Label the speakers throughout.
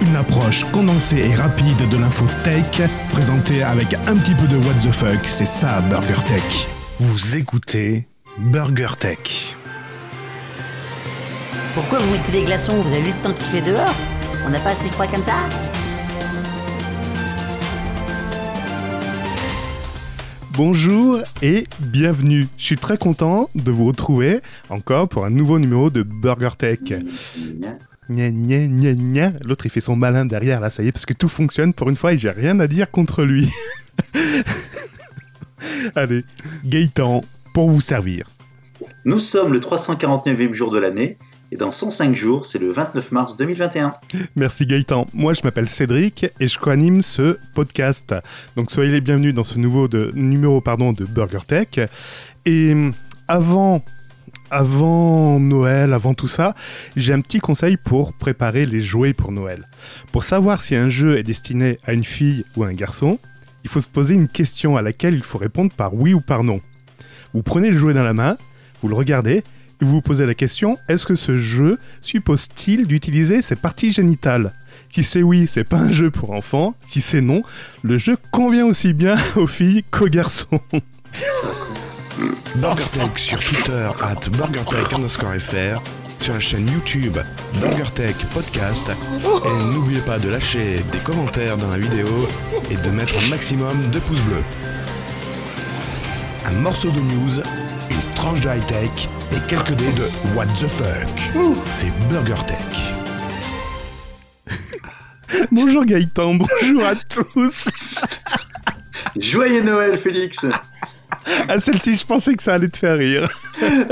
Speaker 1: une approche condensée et rapide de l'info tech, présentée avec un petit peu de what the fuck, c'est ça Burger Tech. Vous écoutez Burger Tech.
Speaker 2: Pourquoi vous mettez des glaçons Vous avez vu le temps qu'il fait dehors On n'a pas assez froid comme ça
Speaker 1: Bonjour et bienvenue. Je suis très content de vous retrouver encore pour un nouveau numéro de Burger Tech. Gna, gna, gna, gna. L'autre, il fait son malin derrière, là, ça y est, parce que tout fonctionne pour une fois et j'ai rien à dire contre lui. Allez, Gaëtan, pour vous servir.
Speaker 3: Nous sommes le 349e jour de l'année et dans 105 jours, c'est le 29 mars 2021.
Speaker 1: Merci Gaëtan. Moi, je m'appelle Cédric et je co-anime ce podcast. Donc, soyez les bienvenus dans ce nouveau de, numéro pardon, de Burger Tech. Et hum, avant, avant Noël, avant tout ça, j'ai un petit conseil pour préparer les jouets pour Noël. Pour savoir si un jeu est destiné à une fille ou à un garçon, il faut se poser une question à laquelle il faut répondre par oui ou par non. Vous prenez le jouet dans la main, vous le regardez, et vous vous posez la question est-ce que ce jeu suppose-t-il d'utiliser ses parties génitales Si c'est oui, c'est pas un jeu pour enfants. Si c'est non, le jeu convient aussi bien aux filles qu'aux garçons.
Speaker 4: BurgerTech sur Twitter at BurgerTech underscore FR, sur la chaîne YouTube BurgerTech Podcast. Et n'oubliez pas de lâcher des commentaires dans la vidéo et de mettre un maximum de pouces bleus. Un morceau de news, une tranche de high-tech et quelques dés de What the fuck. C'est BurgerTech.
Speaker 1: bonjour Gaëtan, bonjour à tous.
Speaker 3: Joyeux Noël, Félix
Speaker 1: À celle-ci, je pensais que ça allait te faire rire.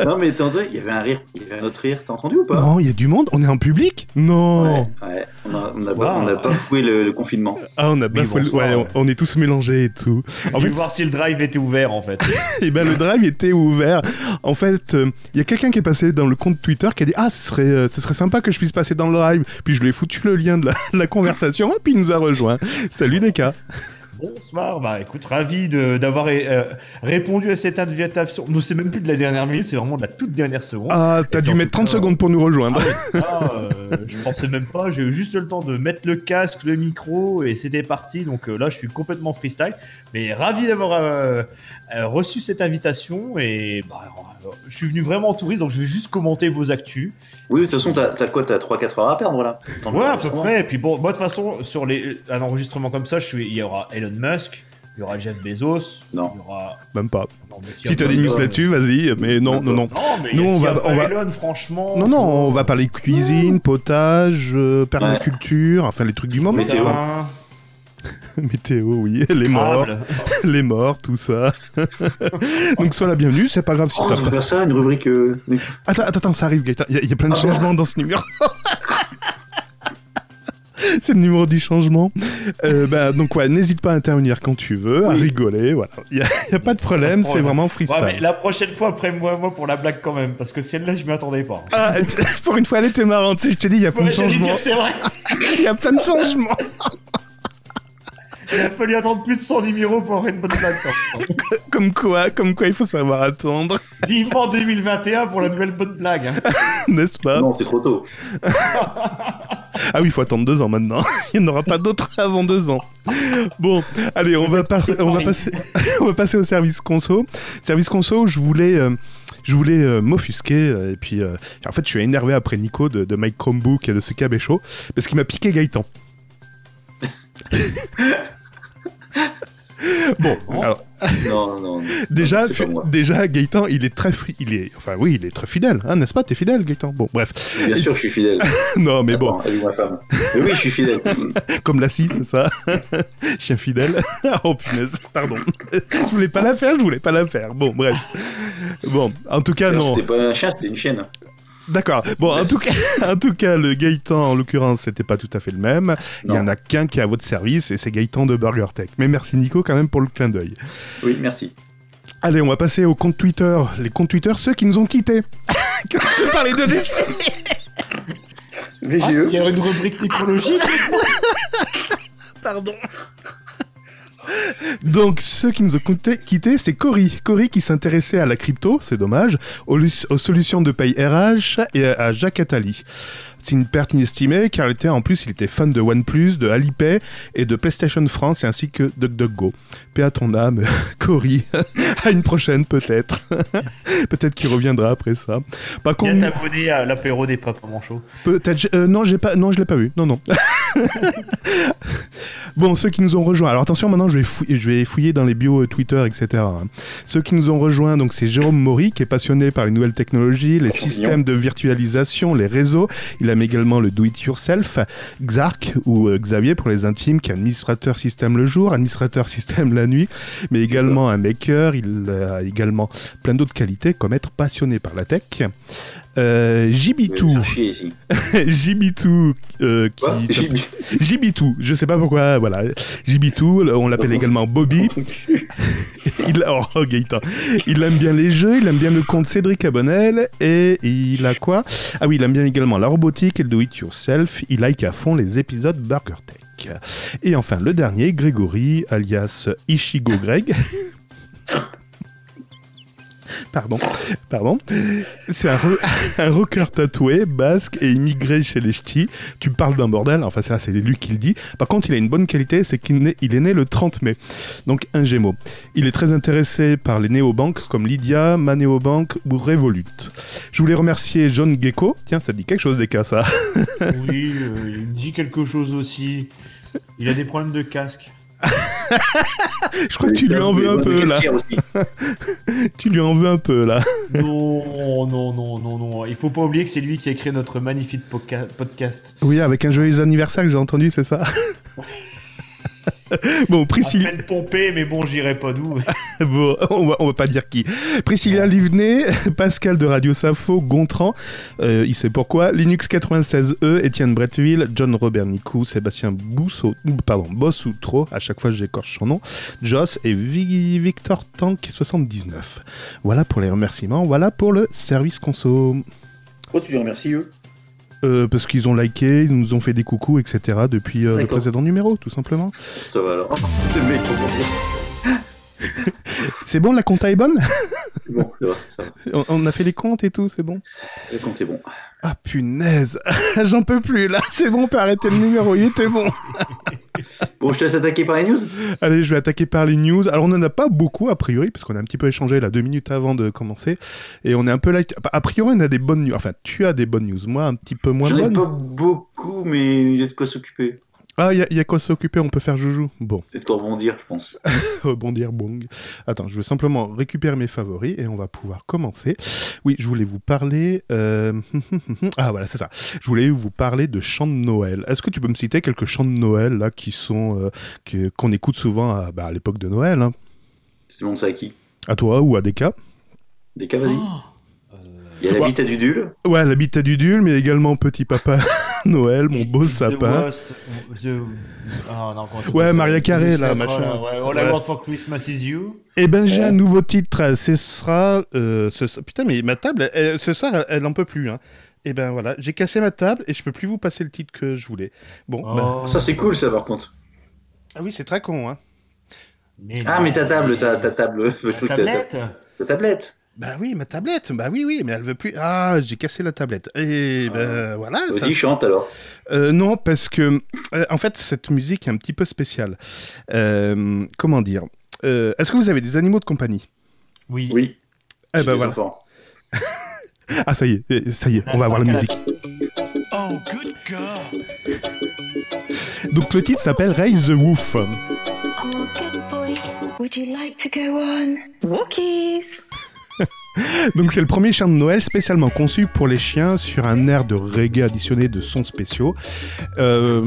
Speaker 3: Non, mais t'as entendu, il y avait un rire, il y avait un autre rire, t'as entendu ou pas
Speaker 1: Non, il y a du monde, on est en public Non
Speaker 3: Ouais, ouais, on a, on a pas, on a pas foué le, le confinement.
Speaker 1: Ah, on a
Speaker 5: Oui,
Speaker 1: bafoué le-
Speaker 5: bonsoir,
Speaker 1: ouais,
Speaker 5: ouais.
Speaker 1: on, on est tous mélangés et tout. En
Speaker 5: Je vais
Speaker 1: fait,
Speaker 5: voir si le drive était ouvert en fait.
Speaker 1: Et ben le drive était ouvert. En fait, euh, il y a quelqu'un qui est passé dans le compte Twitter qui a dit ah ce serait euh, ce serait sympa que je puisse passer dans le drive. Puis je lui ai foutu le lien de la, la conversation et puis il nous a rejoint. Salut Neka.
Speaker 5: Bonsoir, bah écoute, ravi de- d'avoir euh, répondu à cette invitation. Non, c'est même plus de la dernière minute, c'est vraiment de la toute dernière seconde.
Speaker 1: Ah t'as
Speaker 5: Et
Speaker 1: dû
Speaker 5: puis, en
Speaker 1: mettre
Speaker 5: tout
Speaker 1: 30
Speaker 3: euh,
Speaker 5: cas,
Speaker 1: secondes pour nous rejoindre.
Speaker 5: Ah, euh, je pensais même pas, j'ai eu juste le temps de mettre le casque, le micro et c'était parti. Donc euh, là, je suis complètement freestyle. Mais ravi d'avoir euh, euh, reçu cette invitation et bah, euh, je suis venu vraiment en touriste, donc je vais juste commenter vos actus.
Speaker 3: Oui, de toute façon, t'as t'as quoi T'as 3-4 heures à perdre, voilà Dans le
Speaker 5: Ouais, à peu
Speaker 3: enregistrement.
Speaker 5: près. Et puis bon, moi de toute façon, sur les, un enregistrement comme ça, je suis, il y aura Elon Musk, il y aura Jeff Bezos,
Speaker 3: Non.
Speaker 5: il y aura.
Speaker 3: ah.
Speaker 1: Même pas.
Speaker 5: non, mais
Speaker 1: Si t'as
Speaker 5: il
Speaker 3: bah,
Speaker 5: y
Speaker 1: des
Speaker 5: a
Speaker 1: news
Speaker 5: Elon-
Speaker 1: là-dessus, vas-y. Mais non non non.
Speaker 5: Non, mais
Speaker 1: Nous,
Speaker 5: il y a-
Speaker 1: on
Speaker 5: s'il y a
Speaker 1: va-
Speaker 5: pas
Speaker 1: on va-
Speaker 5: Elon, franchement.
Speaker 1: Non, non, on va parler cuisine, potage, euh, permaculture, enfin les trucs du moment.
Speaker 3: Météo.
Speaker 5: Putain,
Speaker 1: Météo, oui, les morts,
Speaker 5: Scrabble.
Speaker 1: les morts, tout ça. Donc sois la bienvenue, c'est pas grave si
Speaker 3: Oh, on
Speaker 1: t'as
Speaker 3: devrait
Speaker 1: pas...
Speaker 3: faire ça, une rubrique. euh,
Speaker 1: Attends, attends, attends, ça arrive, Gaëtan. Il y, a- il y a plein de
Speaker 3: Ah bon
Speaker 1: changements dans ce numéro. C'est le numéro du changement. Euh, bah, donc, ouais, n'hésite pas à intervenir quand tu veux, à
Speaker 3: Oui.
Speaker 1: rigoler. Voilà. Il n'y a, il y a pas de problème,
Speaker 5: Pas de
Speaker 1: c'est
Speaker 5: problème.
Speaker 1: vraiment
Speaker 5: Ouais,
Speaker 1: freestyle.
Speaker 5: mais la prochaine fois, préviens-moi moi pour la blague quand même, parce que celle-là, je m'y attendais pas.
Speaker 1: Ah, pour une fois, elle était marrante. Tu sais, Je te dis, il y a plein
Speaker 5: Ouais,
Speaker 1: de
Speaker 5: j'allais
Speaker 1: changements.
Speaker 5: dire, c'est vrai.
Speaker 1: Il y a plein de changements.
Speaker 5: Il a fallu attendre plus de 110 numéros pour avoir une bonne blague. quand même.
Speaker 1: Comme quoi, comme quoi, il faut savoir attendre,
Speaker 5: Vivement 2021 pour la nouvelle bonne blague. hein.
Speaker 1: n'est-ce pas
Speaker 3: Non, c'est trop tôt.
Speaker 1: Ah oui, il faut attendre deux ans maintenant. Il n'y en aura pas d'autres avant deux ans. Bon, allez, on va, par- on va, passer... on va passer au service conso. Service conso, je voulais, euh, je voulais euh, m'offusquer. euh, et puis, euh, en fait, je suis énervé après Nico de, de Mike Chromebook et de ce cabé chaud parce qu'il m'a piqué Gaëtan. bon,
Speaker 5: Bon.
Speaker 1: alors
Speaker 3: Non, non, non.
Speaker 1: déjà,
Speaker 3: c'est pas moi.
Speaker 1: déjà Gaëtan, il est très, fri- il est, enfin oui, il est très fidèle, hein, n'est-ce pas T'es fidèle, Gaëtan Bon, bref,
Speaker 3: Bien sûr, je suis fidèle.
Speaker 1: non, mais bon,
Speaker 3: Attends, Elle est ma femme. Mais oui, je suis fidèle.
Speaker 1: Comme la scie, c'est ça Chien fidèle. oh punaise, pardon. je voulais pas la faire, je voulais pas la faire. Bon, bref. Bon, en tout cas,
Speaker 3: Alors,
Speaker 1: Ah non.
Speaker 3: C'était pas un chien, c'était une chienne.
Speaker 1: D'accord. Bon, en tout, cas, en tout cas, le Gaëtan, en l'occurrence, c'était pas tout à fait le même. Il y
Speaker 3: Non.
Speaker 1: en a qu'un qui est à votre service, et c'est Gaëtan de Burger Tech. Mais merci Nico quand même pour le clin d'œil.
Speaker 3: Oui, merci.
Speaker 1: Allez, on va passer aux comptes Twitter. Les comptes Twitter, ceux qui nous ont quittés. quand je te parlais de lessive.
Speaker 5: Ah, il y a une rubrique nécrologique.
Speaker 1: Pardon. Donc, ceux qui nous ont quitté- quittés, c'est Cory. Cory qui s'intéressait à la crypto, c'est dommage, aux, lu- aux solutions de paye RH et à à Jacques Attali. C'est une perte inestimée car il était, en plus, il était fan de OnePlus, de Alipay et de PlayStation France ainsi que DuckDuckGo. Paix à ton âme, Cory. à une prochaine, peut-être. peut-être qu'il reviendra après ça. Par contre,
Speaker 5: Viens t'abonner à l'apéro des papas manchots.
Speaker 1: Peut-être. j'ai- euh, non, j'ai pas. Non, je l'ai pas vu. Non, non. bon, ceux qui nous ont rejoints. Alors attention, maintenant, je vais fouiller, je vais fouiller dans les bios euh, Twitter, etc. Ceux qui nous ont rejoints, donc c'est Jérôme Maury, qui est passionné par les nouvelles technologies, les systèmes de virtualisation, les réseaux. Il aime également le do-it-yourself. Xarc ou euh, Xavier pour les intimes, qui est administrateur système le jour, administrateur système la nuit, mais également un maker. Il a également plein d'autres qualités, comme être passionné par la tech. Euh, Jibitou.
Speaker 3: Faire chier ici.
Speaker 1: Jibitou euh, qui
Speaker 3: Quoi J'ai mis-
Speaker 1: Jibitou, je sais pas pourquoi, voilà. Jibitou, le- on l'appelle également Bobby. Il, oh, Gaëtan. il aime bien les jeux, il aime bien le compte Cédric Abonnel et il a quoi Ah oui, il aime bien également la robotique et le do-it-yourself. Il like à fond les épisodes Burger Tech. Et enfin, le dernier, Grégory, alias Ishigo Greg. Pardon, pardon. C'est un, re- un rocker tatoué, basque et immigré chez les ch'tis. Tu parles d'un bordel, enfin ça c'est lui qui le dit. Par contre, il a une bonne qualité, c'est qu'il naît- il est né le 30 mai, donc un Gémeaux. Il est très intéressé par les néobanques comme Lydia, Ma Néobanque ou Revolut. Je voulais remercier John Gecko. Tiens, ça te dit quelque chose des cas ça.
Speaker 5: Oui, euh, il me dit quelque chose aussi. Il a des problèmes de casque.
Speaker 1: Je crois que tu lui en veux un
Speaker 3: Mais
Speaker 1: peu
Speaker 3: quel
Speaker 1: là.
Speaker 3: tiers aussi
Speaker 1: Tu lui en veux un peu là.
Speaker 5: Non, non, non, non, non. Il faut pas oublier que c'est lui qui a créé notre magnifique poca- podcast.
Speaker 1: Oui, avec un joyeux anniversaire que j'ai entendu, c'est ça. Bon,
Speaker 5: À
Speaker 1: Priscilla,
Speaker 5: peine pompé, mais bon, j'irai pas d'où.
Speaker 1: Ah Bon, on va, on va pas dire qui. Priscilla Livnet, Pascal de Radio Sappho, Gontran, euh, il sait pourquoi, Linux 96E, Étienne Bretteville, John Robert Nicou, Sébastien Bousseau, ou pardon, Bossoutro, à chaque fois j'écorche son nom, Joss et Vi- Victor Tank 79. Voilà pour les remerciements, voilà pour le service conso.
Speaker 3: Pourquoi tu les remercies eux
Speaker 1: Euh, parce qu'ils ont liké, ils nous ont fait des coucous, etc. depuis euh, le
Speaker 3: D'accord.
Speaker 1: précédent numéro, tout simplement.
Speaker 3: Ça va alors. Oh, C'est le mec, on-
Speaker 1: C'est bon, la compta est bonne
Speaker 3: Bon, ça va, ça va.
Speaker 1: on, on a fait les comptes et tout, c'est bon
Speaker 3: Le compte est bon.
Speaker 1: Ah punaise, j'en peux plus là, c'est bon, on peut arrêter le numéro, il était bon.
Speaker 3: Bon, je te laisse attaquer par les news
Speaker 1: Allez, je vais attaquer par les news. Alors on n'en a pas beaucoup a priori, parce qu'on a un petit peu échangé là deux minutes avant de commencer, et on est un peu là. A priori, on a des bonnes news. Enfin, tu as des bonnes news, moi un petit peu moins
Speaker 3: J'en ai
Speaker 1: bonnes.
Speaker 3: pas beaucoup, mais il y a de quoi s'occuper.
Speaker 1: Ah, il y, a- il y a quoi s'occuper, on peut faire joujou. Bon,
Speaker 3: C'est de quoi rebondir, je pense.
Speaker 1: rebondir, bong. Attends, je vais simplement récupérer mes favoris et on va pouvoir commencer. Oui, je voulais vous parler. euh, ah voilà, c'est ça. Je voulais vous parler de chants de Noël. Est-ce que tu peux me citer quelques chants de Noël là qui sont euh, que- qu'on écoute souvent à, bah, à l'époque de Noël hein.
Speaker 3: Tu demandes ça à qui
Speaker 1: À toi ou à des cas
Speaker 3: Des cas, vas-y. Il y a
Speaker 1: Quoi
Speaker 3: l'habitat du Dul.
Speaker 1: Ouais, l'habitat du Dul, mais également Petit Papa Noël, mon beau sapin.
Speaker 5: ah,
Speaker 1: Ouais, Maria Carré, là, machin.
Speaker 5: Ouais, All I
Speaker 1: Ouais.
Speaker 5: want for Christmas is you.
Speaker 1: Eh ben j'ai un nouveau titre, ce sera, euh, ce sera- Putain mais ma table, elle- ce soir elle, elle en peut plus. Hein. Eh ben voilà, j'ai cassé ma table et je peux plus vous passer le titre que je voulais. Bon, bah-
Speaker 5: Oh,
Speaker 3: Ça, c'est cool, ça, par contre.
Speaker 1: ah oui c'est très con. Hein.
Speaker 3: Ah,
Speaker 5: non,
Speaker 3: mais ta table, ta,
Speaker 5: mais-
Speaker 3: ta table. Je
Speaker 5: Ta
Speaker 3: crois que ta-
Speaker 5: tablette
Speaker 3: ta tablette.
Speaker 1: Bah oui ma tablette, bah oui oui mais elle veut plus. Ah j'ai cassé la tablette. Et ben voilà. ça-
Speaker 3: Ah. Vas-y, chante alors.
Speaker 1: Euh, non parce que euh, en fait cette musique est un petit peu spéciale. Euh, comment dire Euh, Est-ce que vous avez des animaux de compagnie
Speaker 5: Oui.
Speaker 3: Oui.
Speaker 1: Eh
Speaker 3: j'ai
Speaker 1: ben
Speaker 3: des
Speaker 1: voilà.
Speaker 3: enfants.
Speaker 1: Ah ça y est, eh, ça y est, on va avoir la musique.
Speaker 6: Oh, good God.
Speaker 1: Donc le titre s'appelle Raise the Wolf.
Speaker 7: Would you like to go on walkies?
Speaker 1: Donc c'est le premier chien de Noël spécialement conçu pour les chiens sur un air de reggae additionné de sons spéciaux. Euh,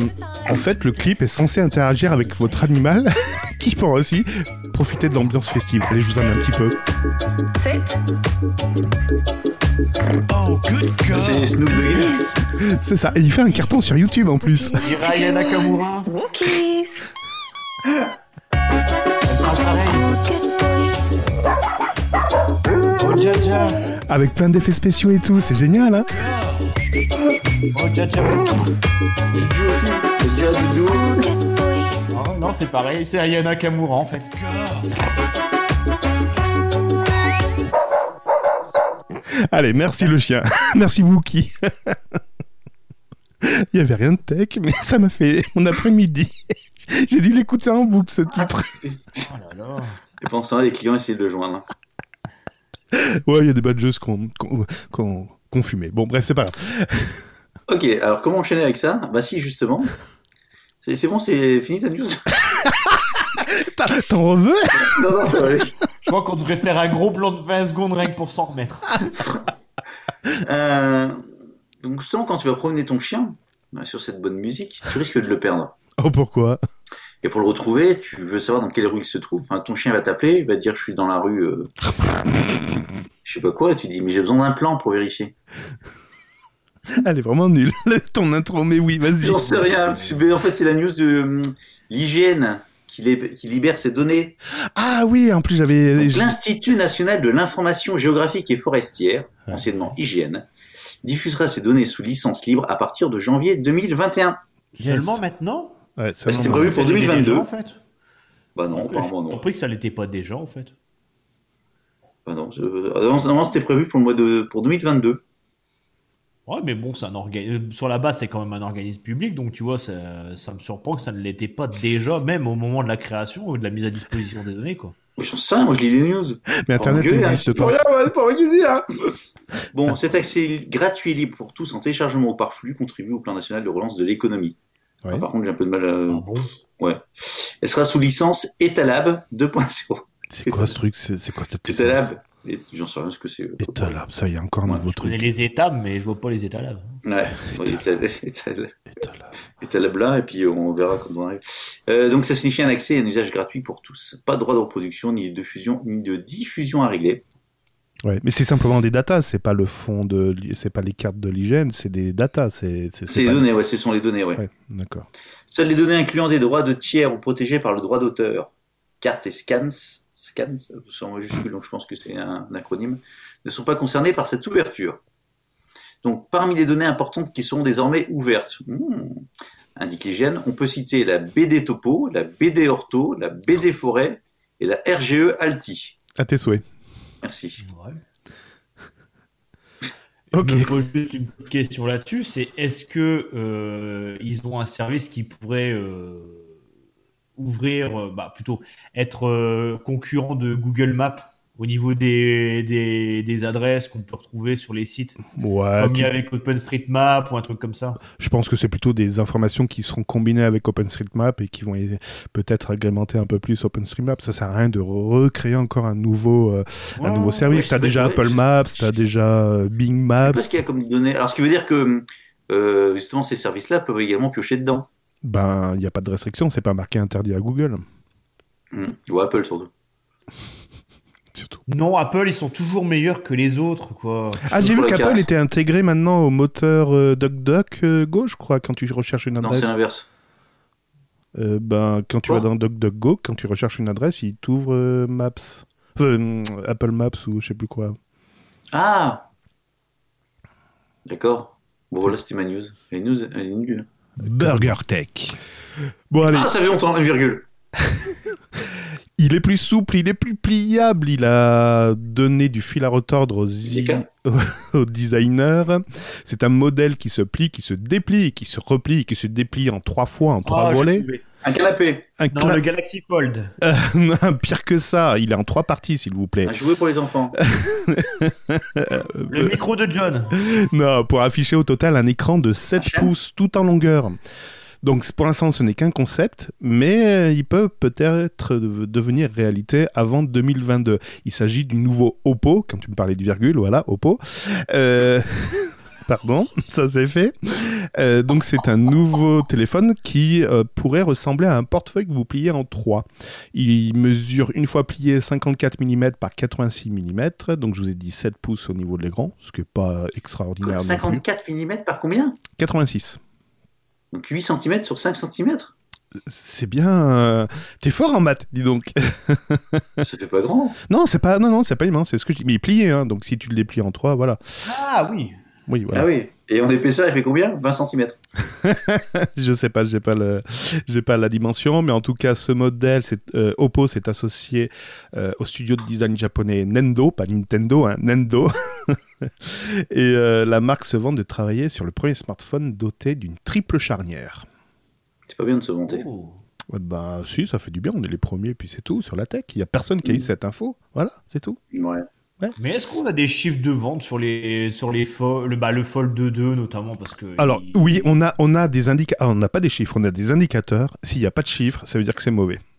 Speaker 1: en fait, le clip est censé interagir avec votre animal qui pourra aussi profiter de l'ambiance festive. Allez, je vous amène un petit peu.
Speaker 6: Oh, good
Speaker 3: C'est
Speaker 6: God.
Speaker 3: Snoop Dogg.
Speaker 1: C'est ça. Et il fait un carton sur YouTube en plus.
Speaker 5: Jiraya Nakamura.
Speaker 7: Walkies!
Speaker 5: Oh, Jaja.
Speaker 1: Avec plein d'effets spéciaux et tout. C'est génial, hein
Speaker 5: Oh, Jaja.
Speaker 3: Didou aussi. Le gars Didou.
Speaker 5: Oh, non, d'accord, c'est pareil. C'est Ayana Kamura en fait.
Speaker 1: Allez, merci le chien. merci Wookie. Il y avait rien de tech, mais ça m'a fait mon après-midi. J'ai dû l'écouter en boucle ce titre.
Speaker 5: Oh là là.
Speaker 3: Et pendant ce temps-là, les clients essayaient de le joindre.
Speaker 1: Ouais, il y a des badges qu'on qu'on qu'on- qu'on fumait. Bon, bref, c'est pas grave.
Speaker 3: Ok, alors comment enchaîner avec ça Bah si, justement. C'est c'est bon, c'est fini ta news
Speaker 1: T'as- T'en reveux
Speaker 3: Non, non, ça va aller.
Speaker 5: Je crois qu'on devrait faire un gros plan de 20 secondes règle pour s'en remettre.
Speaker 3: Euh, donc justement, quand tu vas promener ton chien euh, sur cette bonne musique, tu risques de le perdre.
Speaker 1: Oh, pourquoi
Speaker 3: Et pour le retrouver, tu veux savoir dans quelle rue il se trouve. Enfin, ton chien va t'appeler, il va te dire je suis dans la rue, euh, je sais pas quoi. Et tu dis mais j'ai besoin d'un plan pour vérifier.
Speaker 1: Elle est vraiment nulle. Ton intro, mais oui, vas-y.
Speaker 3: J'en sais rien. Mais en fait, c'est la news de hum, l'IGN qui, lib- qui libère ses données.
Speaker 1: Ah oui, en plus, j'avais.
Speaker 3: Donc,
Speaker 1: j'ai-
Speaker 3: L'Institut national de l'information géographique et forestière, anciennement IGN, diffusera ses données sous licence libre à partir de janvier 2021.
Speaker 1: Yes.
Speaker 5: Seulement maintenant
Speaker 1: Ouais, c'est
Speaker 3: Bah, c'était
Speaker 1: vraiment-
Speaker 3: prévu pour
Speaker 5: Ça l'était
Speaker 3: 2022.
Speaker 5: déjà, en fait.
Speaker 3: Bah non,
Speaker 5: J'ai
Speaker 3: apparemment non.
Speaker 5: compris que ça l'était pas déjà en fait.
Speaker 3: Bah non, je- avant- avant, c'était prévu pour le mois de pour 2022.
Speaker 5: Ouais, mais bon, c'est un organisme. Sur la base, c'est quand même un organisme public, donc tu vois, ça, ça me surprend que ça ne l'était pas déjà, même au moment de la création ou de la mise à disposition des données, quoi.
Speaker 3: Mais j'en sais rien, moi je lis les news.
Speaker 1: Mais Internet
Speaker 3: Engueulé, hein,
Speaker 1: n'existe
Speaker 3: c'est pour
Speaker 1: pas.
Speaker 3: rien, ouais, c'est pour rien qu'ils disent, hein. Bon, cet accès li- gratuit et libre pour tous en téléchargement ou par flux contribue au plan national de relance de l'économie.
Speaker 1: Ouais.
Speaker 3: Ah, par contre, j'ai un peu de mal à...
Speaker 5: Ah bon
Speaker 3: Elle sera sous licence Etalab 2.0.
Speaker 1: C'est quoi ce truc C'est c'est quoi cette licence
Speaker 3: Etalab Et J'en sais rien ce que c'est. euh,
Speaker 1: Étalab, ça y est, encore un
Speaker 3: Ouais,
Speaker 1: nouveau
Speaker 5: Je connais
Speaker 1: truc.
Speaker 5: les étapes, mais je vois pas les étapes là.
Speaker 3: Ouais, ouais, Etalab. Etalab.
Speaker 1: Étalab.
Speaker 3: Et t'as la bla, et puis on verra comment on arrive. Euh, donc ça signifie un accès et un usage gratuit pour tous. Pas de droit de reproduction, ni de diffusion, ni de diffusion à régler.
Speaker 1: Ouais, mais c'est simplement des datas, c'est pas le fond de. l'i- C'est pas les cartes de l'hygiène, c'est des datas. C'est c'est-
Speaker 3: C'est
Speaker 1: c'est
Speaker 3: les
Speaker 1: pas-
Speaker 3: données, ouais, ce sont les données, ouais.
Speaker 1: Ouais, d'accord.
Speaker 3: Seules les données incluant des droits de tiers ou protégées par le droit d'auteur, cartes et scans, scans, sans majuscule, donc je pense que c'est un, un acronyme, ne sont pas concernées par cette ouverture. Donc, parmi les données importantes qui seront désormais ouvertes, hmm, indique l'hygiène, on peut citer la BD Topo, la BD Ortho, la BD Forêt et la RGE Alti.
Speaker 1: À tes souhaits.
Speaker 3: Merci.
Speaker 5: Ouais.
Speaker 1: Ok.
Speaker 5: Je me pose juste une petite question là-dessus, c'est est-ce que euh, ils ont un service qui pourrait euh, ouvrir, euh, bah, plutôt être euh, concurrent de Google Maps au niveau des, des, des adresses qu'on peut retrouver sur les sites,
Speaker 1: Mm. Ouais,
Speaker 5: comme il
Speaker 1: Ah, tu-
Speaker 5: y a avec OpenStreetMap ou un truc comme ça
Speaker 1: je pense que c'est plutôt des informations qui seront combinées avec OpenStreetMap et qui vont y- peut-être agrémenter un peu plus OpenStreetMap. Ça sert à rien de recréer encore un nouveau, euh, un nouveau
Speaker 3: ouais,
Speaker 1: service.
Speaker 3: je
Speaker 1: T'as
Speaker 3: sais,
Speaker 1: déjà
Speaker 3: ouais.
Speaker 1: Apple Maps, t'as déjà euh, Bing
Speaker 3: Je sais
Speaker 1: Maps.
Speaker 3: pas ce qu'il y a comme données. Alors, ce qui veut dire que euh, justement, ces services-là peuvent également piocher dedans.
Speaker 1: Ben, il n'y a pas de restriction, c'est pas marqué interdit à Google.
Speaker 3: Hmm. Ou Apple surtout.
Speaker 1: Surtout.
Speaker 5: Non, Apple, ils sont toujours meilleurs que les autres, quoi.
Speaker 1: Ah, j'ai vu
Speaker 3: Pour la
Speaker 1: qu'Apple
Speaker 3: carte.
Speaker 1: était intégré maintenant au moteur euh, DuckDuckGo, je crois, quand tu recherches une
Speaker 3: Non,
Speaker 1: adresse.
Speaker 3: c'est l'inverse.
Speaker 1: Euh, ben, quand tu
Speaker 3: Quoi
Speaker 1: vas dans DuckDuckGo, quand tu recherches une adresse, il t'ouvre euh, Maps. Enfin, hum, Apple Maps ou je sais plus quoi.
Speaker 3: Ah D'accord. Bon, voilà, c'était ma news. Les news, elle est nulle.
Speaker 4: Burger Tech.
Speaker 1: Bon, allez,
Speaker 3: Ah, ça fait longtemps, une virgule.
Speaker 1: il est plus souple, il est plus pliable, il a donné du fil à retordre aux, i-
Speaker 3: Zika.
Speaker 1: aux designers. C'est un modèle qui se plie, qui se déplie, qui se replie, qui se déplie en trois fois, en trois
Speaker 5: Ah, j'ai
Speaker 1: volets.
Speaker 5: trouvé.
Speaker 3: Un canapé.
Speaker 1: Un,
Speaker 5: Non,
Speaker 1: cla-
Speaker 5: le Galaxy Fold.
Speaker 1: un pire que ça, il est en trois parties, s'il vous plaît.
Speaker 3: Un jouet pour les enfants.
Speaker 1: Ah, Euh,
Speaker 5: Le micro de John.
Speaker 1: Non, pour afficher au total un écran de 7
Speaker 3: Machin.
Speaker 1: pouces tout en longueur. Donc pour l'instant, ce n'est qu'un concept, mais euh, il peut peut-être de- devenir réalité avant 2022. Il s'agit du nouveau Oppo, quand tu me parlais de virgule, voilà, Oppo. Euh, Pardon, ça c'est fait. Euh, donc c'est un nouveau téléphone qui euh, pourrait ressembler à un portefeuille que vous pliez en trois. Il mesure une fois plié 54 mm par 86 mm, donc je vous ai dit 7 pouces au niveau de l'écran, ce qui n'est pas extraordinaire. non plus.
Speaker 3: 54 mm par combien
Speaker 1: 86.
Speaker 3: Donc 8 cm sur 5 cm
Speaker 1: C'est bien. euh, T'es fort en maths, dis donc.
Speaker 3: Ça fait pas grand.
Speaker 1: non, c'est pas. Non, non, c'est pas immense. C'est ce que je dis. Mais il est plié, hein, donc si tu le déplies en trois, voilà.
Speaker 5: Ah oui.
Speaker 1: Oui, voilà.
Speaker 3: Ah oui. Et en épaisseur, elle fait combien 20 cm.
Speaker 1: je sais pas, j'ai pas le, j'ai pas la dimension, mais en tout cas, ce modèle, c'est, euh, Oppo s'est associé euh, au studio de design japonais Nendo, pas Nintendo, hein, Nendo. Et euh, la marque se vante de travailler sur le premier smartphone doté d'une triple charnière.
Speaker 3: C'est pas bien de se
Speaker 1: Oh.
Speaker 3: vanter.
Speaker 5: Oh.
Speaker 1: Ouais, Ben si, ça fait du bien, on est les premiers, puis c'est tout sur la tech. Il y a personne qui a eu cette info. Voilà, c'est tout.
Speaker 3: Ouais.
Speaker 5: Mais est-ce qu'on a des chiffres de vente sur les sur les fol- le, bah, le Fold 2 notamment parce que
Speaker 1: Alors
Speaker 5: il-
Speaker 1: oui, on a, on a des indicateurs, on n'a pas des chiffres, on a des indicateurs. S'il n'y a pas de chiffres, ça veut dire que c'est mauvais.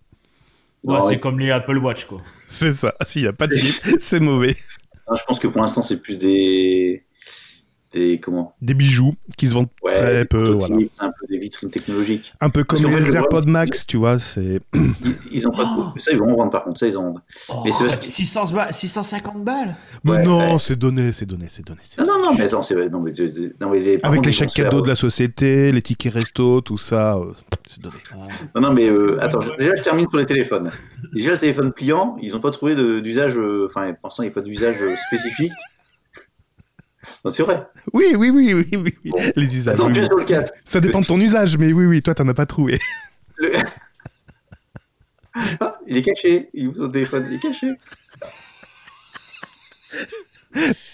Speaker 5: Ouais,
Speaker 3: Ouais.
Speaker 5: c'est comme les Apple Watch quoi.
Speaker 1: C'est ça. S'il n'y a pas de chiffres, c'est mauvais.
Speaker 3: Non, je pense que pour l'instant, c'est plus des. des comment
Speaker 1: Des bijoux qui se vendent
Speaker 3: Ouais,
Speaker 1: très
Speaker 3: des
Speaker 1: peu.
Speaker 3: prototypes,
Speaker 1: Voilà.
Speaker 3: un peu des vitrines technologiques.
Speaker 1: Un peu
Speaker 3: Parce
Speaker 1: comme
Speaker 3: qu'en fait,
Speaker 1: les
Speaker 3: le
Speaker 1: AirPods
Speaker 3: problème,
Speaker 1: Max, tu vois. C'est
Speaker 3: Ils, ils ont pas
Speaker 1: Oh.
Speaker 3: de. mais Ça, ils vont en vendre par contre, ça, ils en vendent. Mais c'est parce que-
Speaker 5: 600 balles, 650 balles.
Speaker 1: Mais
Speaker 3: Ouais,
Speaker 1: non,
Speaker 3: ouais.
Speaker 1: c'est donné, c'est donné, c'est donné. c'est
Speaker 3: Non,
Speaker 1: donné.
Speaker 3: non, non, mais attends, c'est. Non, mais, euh, non, mais les, par
Speaker 1: Avec
Speaker 3: contre,
Speaker 1: les
Speaker 3: ils vont
Speaker 1: chèques
Speaker 3: se faire-
Speaker 1: cadeaux de la société, les tickets resto, tout ça, euh, c'est donné.
Speaker 3: Non, non, mais euh, attends, je- déjà je termine sur les téléphones. Déjà le téléphone pliant, ils n'ont pas trouvé de- d'usage, euh, enfin pour l'instant il n'y a pas d'usage euh, spécifique. Non, c'est vrai.
Speaker 1: Oui, oui, oui, oui, oui, oui. Les usages.
Speaker 3: Attends,
Speaker 1: oui,
Speaker 3: bien
Speaker 1: oui.
Speaker 3: sur le 4.
Speaker 1: Ça dépend de ton usage, mais oui, oui, toi, t'en as pas trouvé.
Speaker 3: Ah, il est caché, il ouvre son téléphone, il est caché.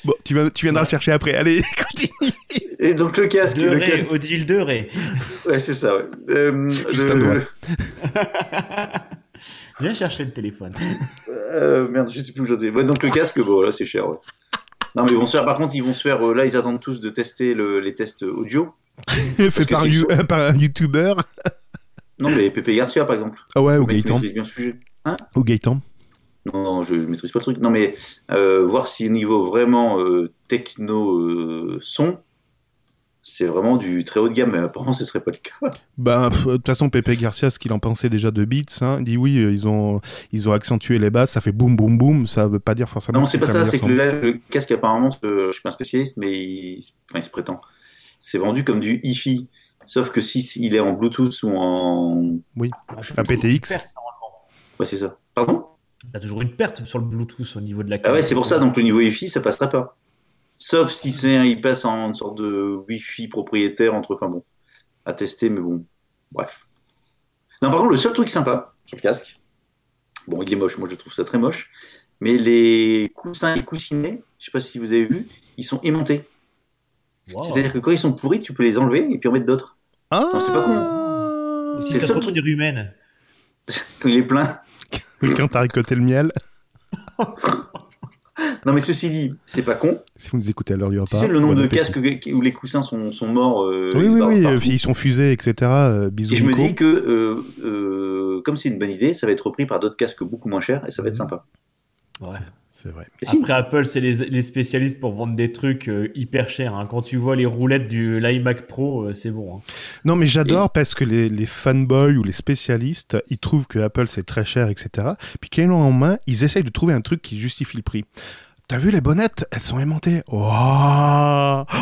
Speaker 1: Bon, tu, vas, tu viendras le chercher après. Allez, continue.
Speaker 3: Et donc le casque,
Speaker 5: De
Speaker 3: le
Speaker 5: Ray,
Speaker 3: casque,
Speaker 5: Odile de Ray.
Speaker 3: ouais, c'est ça. Ouais. Euh,
Speaker 1: Juste
Speaker 3: le-
Speaker 1: un doigt.
Speaker 5: Viens chercher le téléphone.
Speaker 3: Euh, merde, je sais plus où j'en étais. Ouais, donc le casque, bon, là, c'est cher, ouais. Non, mais ils vont se faire, par contre, ils vont se faire, euh, là, ils attendent tous de tester le- les tests audio.
Speaker 1: Fait par,
Speaker 3: c'est
Speaker 1: you- euh, par un YouTuber.
Speaker 3: Non, mais Pépé Garcia, par exemple.
Speaker 1: Ah ouais,
Speaker 3: Le
Speaker 1: ou
Speaker 3: mec qui
Speaker 1: Gaëtan.
Speaker 3: maîtrise bien le sujet.
Speaker 1: Ou Gaëtan.
Speaker 3: Non, non, je, je maîtrise pas le truc. Non, mais euh, voir si niveau vraiment euh, techno euh, son, c'est vraiment du très haut de gamme. Mais apparemment, ce serait pas le cas.
Speaker 1: Ben, pff, de toute façon, Pepe Garcia, ce qu'il en pensait déjà de Beats, hein, il dit oui, euh, ils ont, ils ont accentué les basses, ça fait boum boum boum, ça veut pas dire forcément.
Speaker 3: Non, c'est pas ça.
Speaker 1: un
Speaker 3: C'est que
Speaker 1: meilleur
Speaker 3: là, le casque, apparemment, euh, je suis pas un spécialiste, mais il, se- enfin, il se prétend. C'est vendu comme du hi-fi. Sauf que si il est en Bluetooth ou en.
Speaker 1: Un PTX.
Speaker 3: Ouais, c'est ça. Pardon
Speaker 5: T'as toujours une perte sur le Bluetooth au niveau de la.
Speaker 3: Ah ouais, c'est pour ça. Donc, le niveau hi-fi, ça passera pas. Sauf si c'est un- il passe en une sorte de Wi-Fi propriétaire entre. Enfin bon, à tester, mais bon, bref. Non, par contre, le seul truc sympa sur le casque, bon, il est moche, moi je trouve ça très moche, mais les coussins et coussinets, je sais pas si vous avez vu, ils sont aimantés.
Speaker 1: Oh.
Speaker 5: Wow.
Speaker 3: C'est-à-dire que quand ils sont pourris, tu peux les enlever et puis en mettre d'autres.
Speaker 1: Ah
Speaker 3: Non, c'est pas con.
Speaker 5: Si
Speaker 3: c'est
Speaker 5: t'as
Speaker 3: ça
Speaker 5: trop
Speaker 3: le
Speaker 5: de rumène.
Speaker 3: Quand il est plein.
Speaker 1: Oui, quand t'as ricoté le miel,
Speaker 3: Non, mais ceci dit, c'est pas con.
Speaker 1: si vous nous écoutez à l'heure du
Speaker 3: Tu
Speaker 1: repas.
Speaker 3: sais le
Speaker 1: bon
Speaker 3: nombre de
Speaker 1: appétit.
Speaker 3: casques que- où les coussins sont, sont morts. euh,
Speaker 1: Oui,
Speaker 3: ils se
Speaker 1: oui,
Speaker 3: barrent
Speaker 1: oui,
Speaker 3: partout.
Speaker 1: euh, ils sont fusés, etc. euh, bisous,
Speaker 3: Et je me
Speaker 1: Nico.
Speaker 3: dis que, euh, euh, comme c'est une bonne idée, ça va être repris par d'autres casques beaucoup moins chers et ça va être sympa.
Speaker 1: C'est vrai.
Speaker 3: Et si,
Speaker 5: Après Apple, c'est les, les spécialistes pour vendre des trucs euh, hyper chers. hein. Quand tu vois les roulettes du l'iMac Pro, euh, c'est bon. hein.
Speaker 1: Non, mais j'adore parce que les, les fanboys ou les spécialistes, ils trouvent que Apple c'est très cher, etc. Puis qu'ils l'ont en main, ils essayent de trouver un truc qui justifie le prix. T'as vu les bonnettes Elles sont aimantées. Oh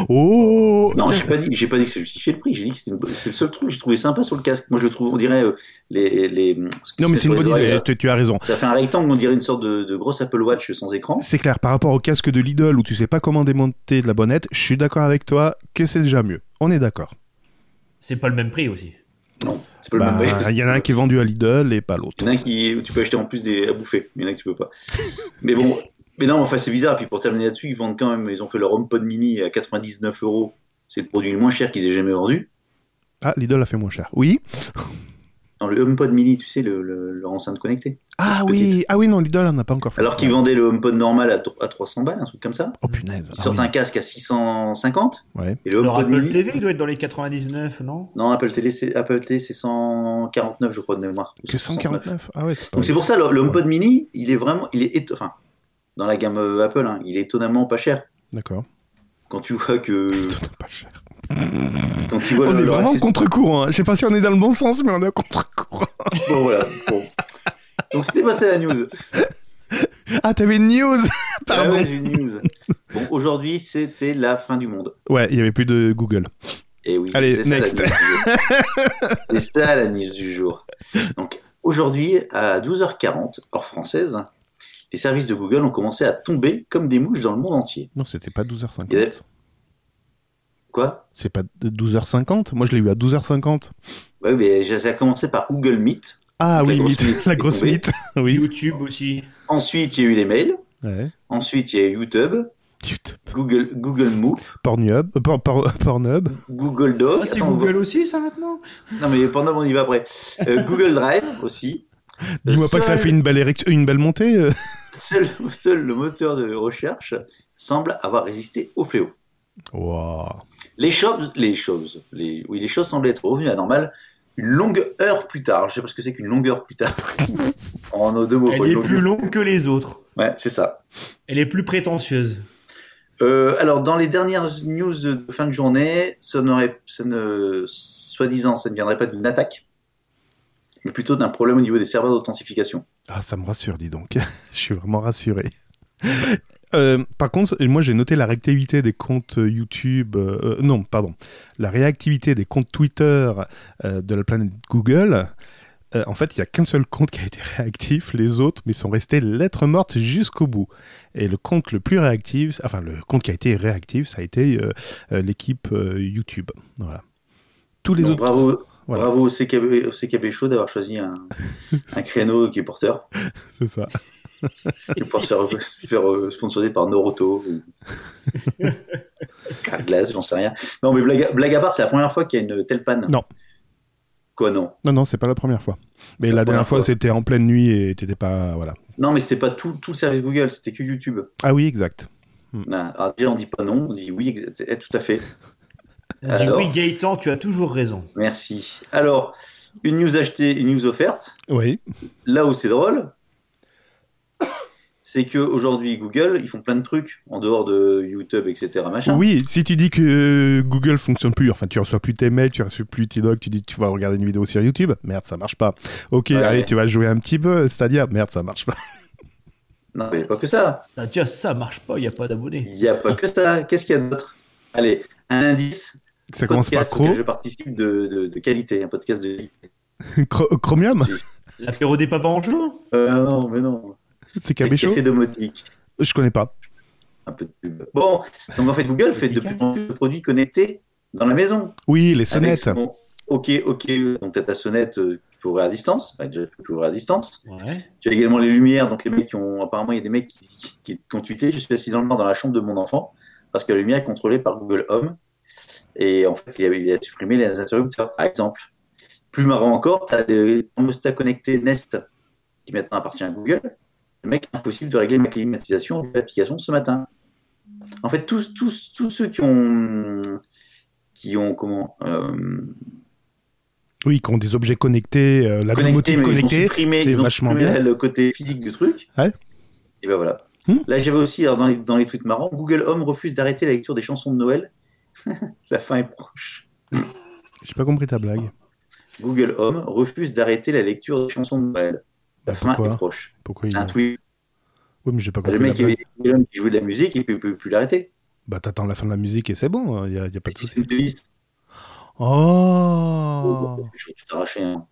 Speaker 1: Oh
Speaker 3: Non,
Speaker 1: Tiens,
Speaker 3: j'ai pas dit, j'ai pas dit que ça justifiait le prix. J'ai dit que c'était une bo- c'est le seul truc que j'ai trouvé sympa sur le casque. Moi, je le trouve, on dirait euh, les, les. ce que
Speaker 1: non mais c'est une
Speaker 3: sur les
Speaker 1: bonne
Speaker 3: oreilles,
Speaker 1: idée,
Speaker 3: là.
Speaker 1: tu, tu as raison.
Speaker 3: Ça fait un rectangle, on dirait une sorte de, de grosse Apple Watch sans écran.
Speaker 1: C'est clair, par rapport au casque de Lidl où tu sais pas comment démonter de la bonnette, je suis d'accord avec toi que c'est déjà mieux. On est d'accord.
Speaker 5: C'est pas le même prix aussi.
Speaker 3: Non, c'est pas
Speaker 1: Bah,
Speaker 3: le
Speaker 1: Il
Speaker 3: même prix.
Speaker 1: y en a un qui est vendu à Lidl et pas l'autre.
Speaker 3: Il y en a un qui où tu peux acheter en plus des à bouffer, mais il y en a que tu peux pas. Mais bon, mais non, enfin c'est bizarre. Puis pour terminer là-dessus, ils vendent quand même. Ils ont fait leur HomePod Mini à 99 euros. C'est le produit le moins cher qu'ils aient jamais vendu.
Speaker 1: Ah, Lidl a fait moins cher. Oui.
Speaker 3: Dans le HomePod Mini, tu sais, le, le- leur enceinte connectée.
Speaker 1: Ah
Speaker 3: Petite.
Speaker 1: oui, ah oui non, Lidl on n'a pas encore fait.
Speaker 3: Alors qu'ils vendaient le HomePod normal à, to- à 300 balles, un truc comme ça.
Speaker 1: Oh punaise.
Speaker 3: Ils
Speaker 1: Ah
Speaker 3: sortent
Speaker 1: oui.
Speaker 3: un casque à 650.
Speaker 1: Ouais.
Speaker 3: Et le
Speaker 5: Leur
Speaker 3: HomePod
Speaker 5: Apple
Speaker 3: Euh, Mini.
Speaker 5: TV il doit être dans les 99, non
Speaker 3: Non, Apple Télé, c'est Apple Télé, c'est 149, je crois de mémoire. Ou
Speaker 1: Que
Speaker 3: 169.
Speaker 1: 149 Ah ouais, c'est pas
Speaker 3: Donc c'est pour ça le, le HomePod Mini, il est vraiment, il est, éto- enfin, dans la gamme euh, Apple, hein, il est étonnamment pas cher.
Speaker 1: D'accord.
Speaker 3: Quand tu vois que,
Speaker 1: Pas cher.
Speaker 3: quand tu vois
Speaker 1: on
Speaker 3: le-
Speaker 1: est
Speaker 3: leur
Speaker 1: vraiment
Speaker 3: accessoire-
Speaker 1: contre-courant. hein. Je sais pas si on est dans le bon sens, mais on est à contre-courant.
Speaker 3: Bon, voilà. Bon. Donc c'était passé la news.
Speaker 1: Ah, t'avais une news
Speaker 3: Ah ouais,
Speaker 1: Pardon.
Speaker 3: j'ai une news. Bon, aujourd'hui c'était la fin du monde.
Speaker 1: Ouais, il y avait plus de Google.
Speaker 3: Et Eh oui.
Speaker 1: Allez,
Speaker 3: c'est ça, la
Speaker 1: next.
Speaker 3: news du jour. C'est ça la news du jour. Donc aujourd'hui à 12h40 heure française, les services de Google ont commencé à tomber comme des mouches dans le monde entier.
Speaker 1: Non, c'était pas 12h50.
Speaker 3: Il y avait- Quoi
Speaker 1: C'est pas 12h50 Moi, je l'ai eu à 12h50.
Speaker 3: Bah Oui, mais j'ai- ça a commencé par Google Meet.
Speaker 1: Ah
Speaker 3: Donc,
Speaker 1: oui,
Speaker 3: la grosse
Speaker 1: mythe.
Speaker 3: mythe
Speaker 1: la
Speaker 3: est
Speaker 1: grosse
Speaker 3: tombée.
Speaker 1: mythe. oui.
Speaker 5: YouTube aussi.
Speaker 3: Ensuite, il y a eu les mails.
Speaker 1: Ouais.
Speaker 3: Ensuite, il y a eu YouTube,
Speaker 1: YouTube.
Speaker 3: Google, Google Move,
Speaker 1: Pornhub. euh, por- por- Pornhub.
Speaker 3: Google Doc.
Speaker 5: Ah, c'est
Speaker 3: Attends, on va-
Speaker 5: Google aussi, ça maintenant
Speaker 3: Non, mais pendant, on y va après. Euh, Google Drive aussi.
Speaker 1: Dis-moi pas que ça
Speaker 3: Seul-
Speaker 1: fait une belle, érect- une belle montée. euh.
Speaker 3: Seul, seul le moteur de recherche semble avoir résisté au fléau.
Speaker 1: Wow.
Speaker 3: Les choses, les choses, les, oui, les choses semblent être revenues à normal une longue heure plus tard. Je sais pas ce que c'est qu'une longue heure plus tard. en nos deux mots.
Speaker 5: Elle
Speaker 3: quoi,
Speaker 5: est
Speaker 3: une longue-
Speaker 5: plus longue que les autres.
Speaker 3: Ouais, c'est ça.
Speaker 5: Elle est plus prétentieuse.
Speaker 3: Euh, alors, dans les dernières news de fin de journée, ça n'aurait, ça ne, soi-disant, ça ne viendrait pas d'une attaque, mais plutôt d'un problème au niveau des serveurs d'authentification.
Speaker 1: Ah, ça me rassure, dis donc. je suis vraiment rassuré. Euh, par contre, moi j'ai noté la réactivité des comptes YouTube, euh, euh, non, pardon, la réactivité des comptes Twitter euh, de la planète Google. Euh, en fait, il n'y a qu'un seul compte qui a été réactif, les autres, mais sont restés lettres mortes jusqu'au bout. Et le compte le plus réactif, enfin le compte qui a été réactif, ça a été euh, euh, l'équipe euh, YouTube. Voilà. Tous les
Speaker 3: Donc,
Speaker 1: autres.
Speaker 3: bravo,
Speaker 1: Voilà.
Speaker 3: bravo au CKB, au CKB Show d'avoir choisi un, un créneau qui est porteur.
Speaker 1: C'est ça.
Speaker 3: et pouvoir se faire, se faire, euh, sponsoriser par Noroto ou Carglass, j'en sais rien. Non, mais blague à, blague à part, c'est la première fois qu'il y a une telle panne.
Speaker 1: Non.
Speaker 3: Quoi, non
Speaker 1: Non, non, c'est pas la première fois. Mais
Speaker 3: La
Speaker 1: la, dernière
Speaker 3: première
Speaker 1: fois,
Speaker 3: fois.
Speaker 1: c'était en pleine nuit et t'étais pas. Voilà.
Speaker 3: Non, mais c'était pas tout, tout le service Google, c'était que YouTube.
Speaker 1: Ah oui, exact.
Speaker 3: Ah, ah, déjà, on dit pas non, on dit oui, exact- eh, tout à fait.
Speaker 5: On dit
Speaker 3: Alors
Speaker 5: oui, Gaëtan, tu as toujours raison.
Speaker 3: Merci. Alors, une news achetée, une news offerte.
Speaker 1: Oui.
Speaker 3: Là où c'est drôle, c'est qu'aujourd'hui, Google, ils font plein de trucs en dehors de YouTube, etc. Machin.
Speaker 1: Oui, si tu dis que euh, Google fonctionne plus, enfin tu reçois plus tes mails, tu reçois plus tes logs, tu dis tu vas regarder une vidéo sur YouTube, merde, ça marche pas. Ok,
Speaker 3: Ouais.
Speaker 1: allez, tu vas jouer un petit peu, Stadia, merde, ça marche pas.
Speaker 3: Non, mais pas que ça.
Speaker 5: Ça, tiens, ça marche pas, il n'y a pas d'abonnés.
Speaker 3: Il n'y a pas que ça. Qu'est-ce qu'il y a d'autre Allez, un indice.
Speaker 1: Ça commence par
Speaker 3: podcast auquel
Speaker 1: Cro
Speaker 3: Je participe de, de- de qualité, un podcast de qualité.
Speaker 1: Cro- Chromium
Speaker 5: L'apéro des papas en juin
Speaker 3: Euh, non, mais non.
Speaker 1: C'est
Speaker 3: C'est
Speaker 1: Cabécho
Speaker 3: Café domotique.
Speaker 1: Je connais pas.
Speaker 3: Un peu de pub. Bon, donc en fait, Google fait de plus en plus de produits connectés dans la maison.
Speaker 1: Oui, les sonnettes.
Speaker 3: Avec son- ok, ok. Donc, tu as ta sonnette euh, que tu peux ouvrir à distance. Bah, déjà, tu peux l'ouvrir à distance.
Speaker 5: Ouais.
Speaker 3: Tu as également les lumières. Donc, les mecs qui ont. Apparemment, il y a des mecs qui, qui, qui ont tweeté Je suis assis dans le noir dans la chambre de mon enfant parce que la lumière est contrôlée par Google Home. Et en fait, il a, il a supprimé les interrupteurs, par exemple. Plus marrant encore, tu as les thermostats connectés Nest qui maintenant appartient à Google. Le mec, impossible de régler ma climatisation de l'application ce matin. En fait, tous, tous, tous ceux qui ont. qui ont. comment. euh,
Speaker 1: Oui, qui ont des objets connectés, euh, la domotique
Speaker 3: connecté, mais ils ont
Speaker 1: connectée,
Speaker 3: supprimé-
Speaker 1: c'est
Speaker 3: ils ont
Speaker 1: vachement
Speaker 3: supprimé
Speaker 1: bien.
Speaker 3: le côté physique du truc.
Speaker 1: Ouais.
Speaker 3: Et ben voilà.
Speaker 1: Hmm.
Speaker 3: Là, j'avais aussi alors, dans, les, dans les tweets marrants Google Home refuse d'arrêter la lecture des chansons de Noël. la fin est proche.
Speaker 1: J'ai pas compris ta blague.
Speaker 3: Google Home refuse d'arrêter la lecture des chansons de Noël. La
Speaker 1: Bah,
Speaker 3: fin est
Speaker 1: pourquoi
Speaker 3: proche.
Speaker 1: Pourquoi il...
Speaker 3: Un tweet.
Speaker 1: Oui, mais j'ai pas
Speaker 3: Ah. Le
Speaker 1: compris. La
Speaker 3: mec qui,
Speaker 1: blague.
Speaker 3: l'homme qui jouait de la musique, il ne peut, peut plus l'arrêter.
Speaker 1: Bah t'attends la fin de la musique et c'est bon, il y, a- y a pas de
Speaker 3: C'est
Speaker 1: souci.
Speaker 3: une playlist.
Speaker 1: Oh
Speaker 3: Je vais tout arracher. hein.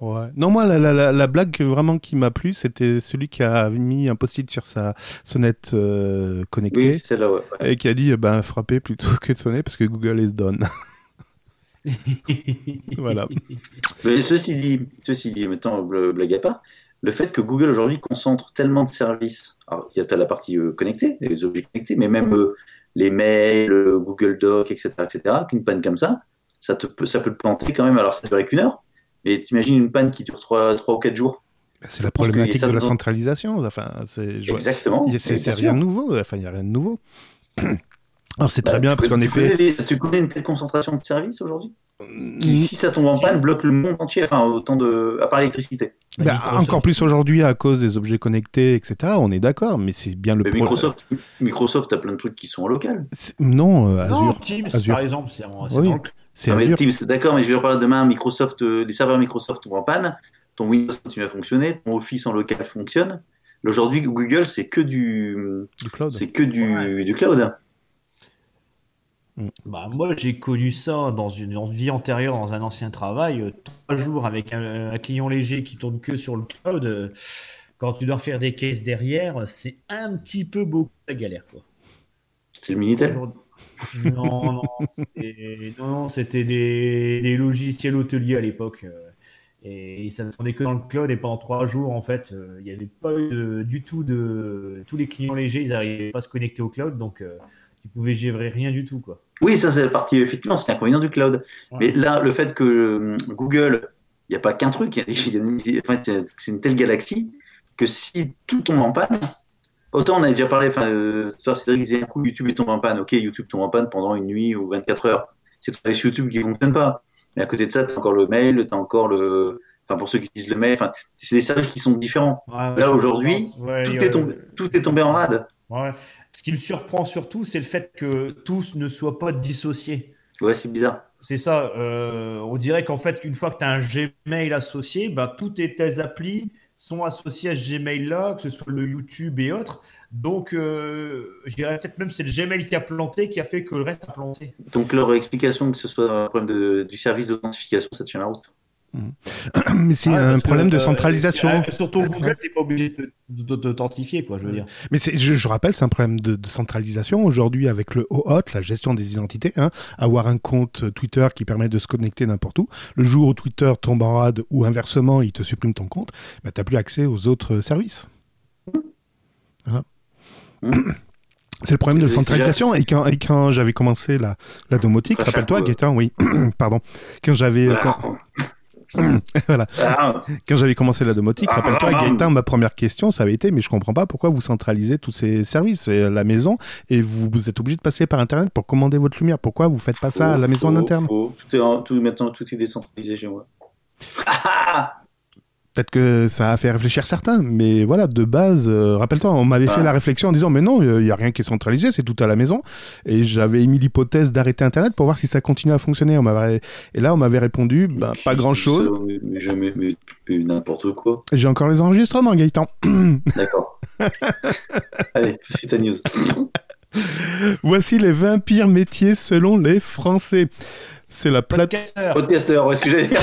Speaker 1: Ouais. Non, moi, la, la- la- la blague que- vraiment qui m'a plu, c'était celui qui a mis un post-it sur sa sonnette euh,
Speaker 3: Oui,
Speaker 1: connectée
Speaker 3: c'est celle-là. ouais. Ouais.
Speaker 1: et qui a dit euh, ben, frapper plutôt que de sonner parce que Google is done. voilà.
Speaker 3: Mais ceci dit, ceci dit, maintenant, bl- blague à part, le fait que Google aujourd'hui concentre tellement de services, alors il y a t'as la partie euh, connectée, les objets connectés, mais même euh, les mails, euh, Google Doc, etc., etc., qu'une panne comme ça, ça, te peut, ça peut te planter quand même, alors ça ne durait qu'une heure, mais t'imagines une panne qui dure 3, ou 4 jours.
Speaker 1: C'est la problématique
Speaker 3: ça
Speaker 1: de la
Speaker 3: demande-
Speaker 1: centralisation. Enfin, c'est je vois-
Speaker 3: Exactement.
Speaker 1: il y a- c'est-
Speaker 3: Et
Speaker 1: c'est
Speaker 3: bien
Speaker 1: rien de
Speaker 3: sûr.
Speaker 1: nouveau. Enfin, il n'y a rien de nouveau. Alors, c'est très
Speaker 3: Bah,
Speaker 1: bien
Speaker 3: tu
Speaker 1: parce
Speaker 3: peux-
Speaker 1: qu'en
Speaker 3: tu
Speaker 1: effet.
Speaker 3: connais des- tu connais une telle concentration de services aujourd'hui qui, si ça tombe en panne, bloque le monde entier, enfin, autant de. à part l'électricité.
Speaker 1: Bah, encore plus aujourd'hui à cause des objets connectés, etc. On est d'accord, mais c'est bien le
Speaker 3: Mais
Speaker 1: pro-
Speaker 3: Microsoft, Microsoft a plein de trucs qui sont en local.
Speaker 1: C'est- Non, euh,
Speaker 5: Non,
Speaker 1: Azure.
Speaker 5: Teams,
Speaker 1: Azure.
Speaker 5: par exemple, c'est en- c'est
Speaker 1: Oui.
Speaker 5: dans le cloud.
Speaker 1: C'est
Speaker 3: Non, Ah, mais
Speaker 1: Azure.
Speaker 3: Teams, d'accord, mais je vais reparler demain. Microsoft, euh, les serveurs Microsoft tombent en panne, ton Windows continue à fonctionner, ton Office en local fonctionne. Mais Aujourd'hui, Google, c'est que du,
Speaker 1: du cloud.
Speaker 3: c'est que du,
Speaker 5: Ouais.
Speaker 3: du cloud.
Speaker 5: Bah, moi, j'ai connu ça dans une en- vie antérieure, dans un ancien travail. euh, Trois jours avec un, un client léger qui tourne que sur le cloud. euh, Quand tu dois refaire des caisses derrière, c'est un petit peu beaucoup la galère. Quoi.
Speaker 3: C'est le Minitel.
Speaker 5: Aujourd'hui- Non, non, c'était- non, non, c'était des, des logiciels hôteliers à l'époque. euh, et ça ne tournait que dans le cloud. Et pendant trois jours, en fait, euh, il n'y avait pas eu de- du tout de. Tous les clients légers, ils n'arrivaient pas à se connecter au cloud. Donc, euh, tu pouvais gérer rien du tout, quoi.
Speaker 3: Oui, ça c'est la partie, effectivement, c'est l'inconvénient du cloud.
Speaker 5: Ouais.
Speaker 3: Mais là, le fait que euh, Google, il n'y a pas qu'un truc, il y a- il y a une- enfin, c'est c'est une telle galaxie que si tout tombe en panne, autant on avait déjà parlé, enfin, euh, toi, Cédric disait un coup, YouTube il tombe en panne, ok, YouTube tombe en panne pendant une nuit ou 24 heures. C'est ton service YouTube qui ne fonctionne pas. Mais à côté de ça, tu as encore le mail, tu as encore le. Enfin, pour ceux qui utilisent le mail, enfin, c'est des services qui sont différents. Là, aujourd'hui,
Speaker 5: Ouais,
Speaker 3: Tout
Speaker 5: il y a-
Speaker 3: est, tombé, tout est tombé en rade.
Speaker 5: Ouais. Ce qui me surprend surtout, c'est le fait que tous ne soient pas dissociés.
Speaker 3: Ouais, c'est bizarre.
Speaker 5: C'est ça. euh, on dirait qu'en fait, une fois que tu as un Gmail associé, bah, toutes tes, tes applis sont associées à ce Gmail-là, que ce soit le YouTube et autres. Donc, euh, je dirais peut-être même c'est le Gmail qui a planté, qui a fait que le reste a planté.
Speaker 3: Donc leur explication que ce soit un problème de- du service d'authentification, ça tient la route.
Speaker 1: Mais c'est
Speaker 5: Ouais,
Speaker 1: un
Speaker 3: Ah,
Speaker 5: parce que,
Speaker 1: problème de
Speaker 5: euh,
Speaker 1: centralisation.
Speaker 5: euh, surtout Google, t'es pas obligé de de- d'authentifier, quoi, je veux dire.
Speaker 1: Mais c'est- je, je rappelle, c'est un problème de, de centralisation. Aujourd'hui, avec le OAuth, la gestion des identités, hein, avoir un compte Twitter qui permet de se connecter n'importe où, le jour où Twitter tombe en rade ou inversement, il te supprime ton compte, bah, tu n'as plus accès aux autres services. Voilà. C'est le problème de
Speaker 3: Mmh. Déjà-
Speaker 1: centralisation. Et quand, et quand j'avais commencé la, la domotique,
Speaker 3: Quand chaque
Speaker 1: rappelle-toi,
Speaker 3: fois-
Speaker 1: Gaëtan, oui, pardon, quand j'avais
Speaker 3: Voilà.
Speaker 1: quand, Voilà.
Speaker 3: Ah,
Speaker 1: quand j'avais commencé la domotique,
Speaker 3: Ah,
Speaker 1: rappelle-toi,
Speaker 3: ah, ah.
Speaker 1: Gaëtan, ma première question, ça avait été, mais je comprends pas pourquoi vous centralisez tous ces services à la maison et vous, vous êtes obligé de passer par Internet pour commander votre lumière. Pourquoi vous faites pas ça à la
Speaker 3: faux,
Speaker 1: maison en
Speaker 3: faux,
Speaker 1: interne
Speaker 3: faux. Tout est en- tout- maintenant, tout est décentralisé chez moi.
Speaker 1: Peut-être que ça a fait réfléchir certains, mais voilà, de base, euh, rappelle-toi, on m'avait
Speaker 3: Ah.
Speaker 1: fait la réflexion en disant, mais non, il n'y a rien qui est centralisé, c'est tout à la maison. Et j'avais émis l'hypothèse d'arrêter Internet pour voir si ça continuait à fonctionner. On m'avait- et là, on m'avait répondu, bah, pas grand-chose.
Speaker 3: Ça, Mais, mais jamais, mais- mais n'importe quoi.
Speaker 1: J'ai encore les enregistrements, Gaëtan.
Speaker 3: D'accord. Allez, fais ta news.
Speaker 1: Voici les 20 pires métiers selon les Français. C'est la plate
Speaker 5: Podcasteur.
Speaker 3: Podcaster, est-ce que j'allais dire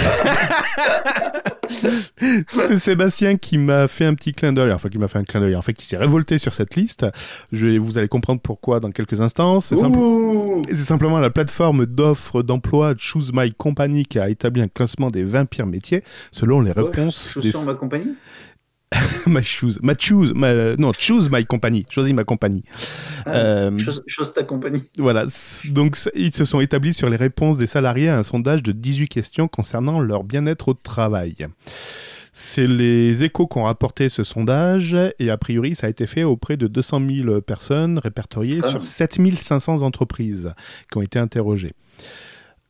Speaker 1: C'est Sébastien qui m'a fait un petit clin d'œil, enfin qui m'a fait un clin d'œil, en fait qui s'est révolté sur cette liste. Je vais- vous allez comprendre pourquoi dans quelques instants. C'est simple-
Speaker 3: Ouh
Speaker 1: c'est simplement la plateforme d'offres d'emploi Choose My Company qui a établi un classement des 20 pires métiers selon les réponses
Speaker 3: Chaussures
Speaker 1: des
Speaker 3: en ma compagnie
Speaker 1: ma choose, ma choose, ma- non Choose My Company, choisis ma compagnie.
Speaker 3: Ah,
Speaker 1: Euh,
Speaker 3: Chose, chose ta compagnie.
Speaker 1: voilà, c- donc c- ils se sont établis sur les réponses des salariés à un sondage de 18 questions concernant leur bien-être au travail. C'est les échos qu'ont rapporté ce sondage et a priori ça a été fait auprès de 200 000 personnes répertoriées
Speaker 3: Ah.
Speaker 1: sur 7500 entreprises qui ont été interrogées.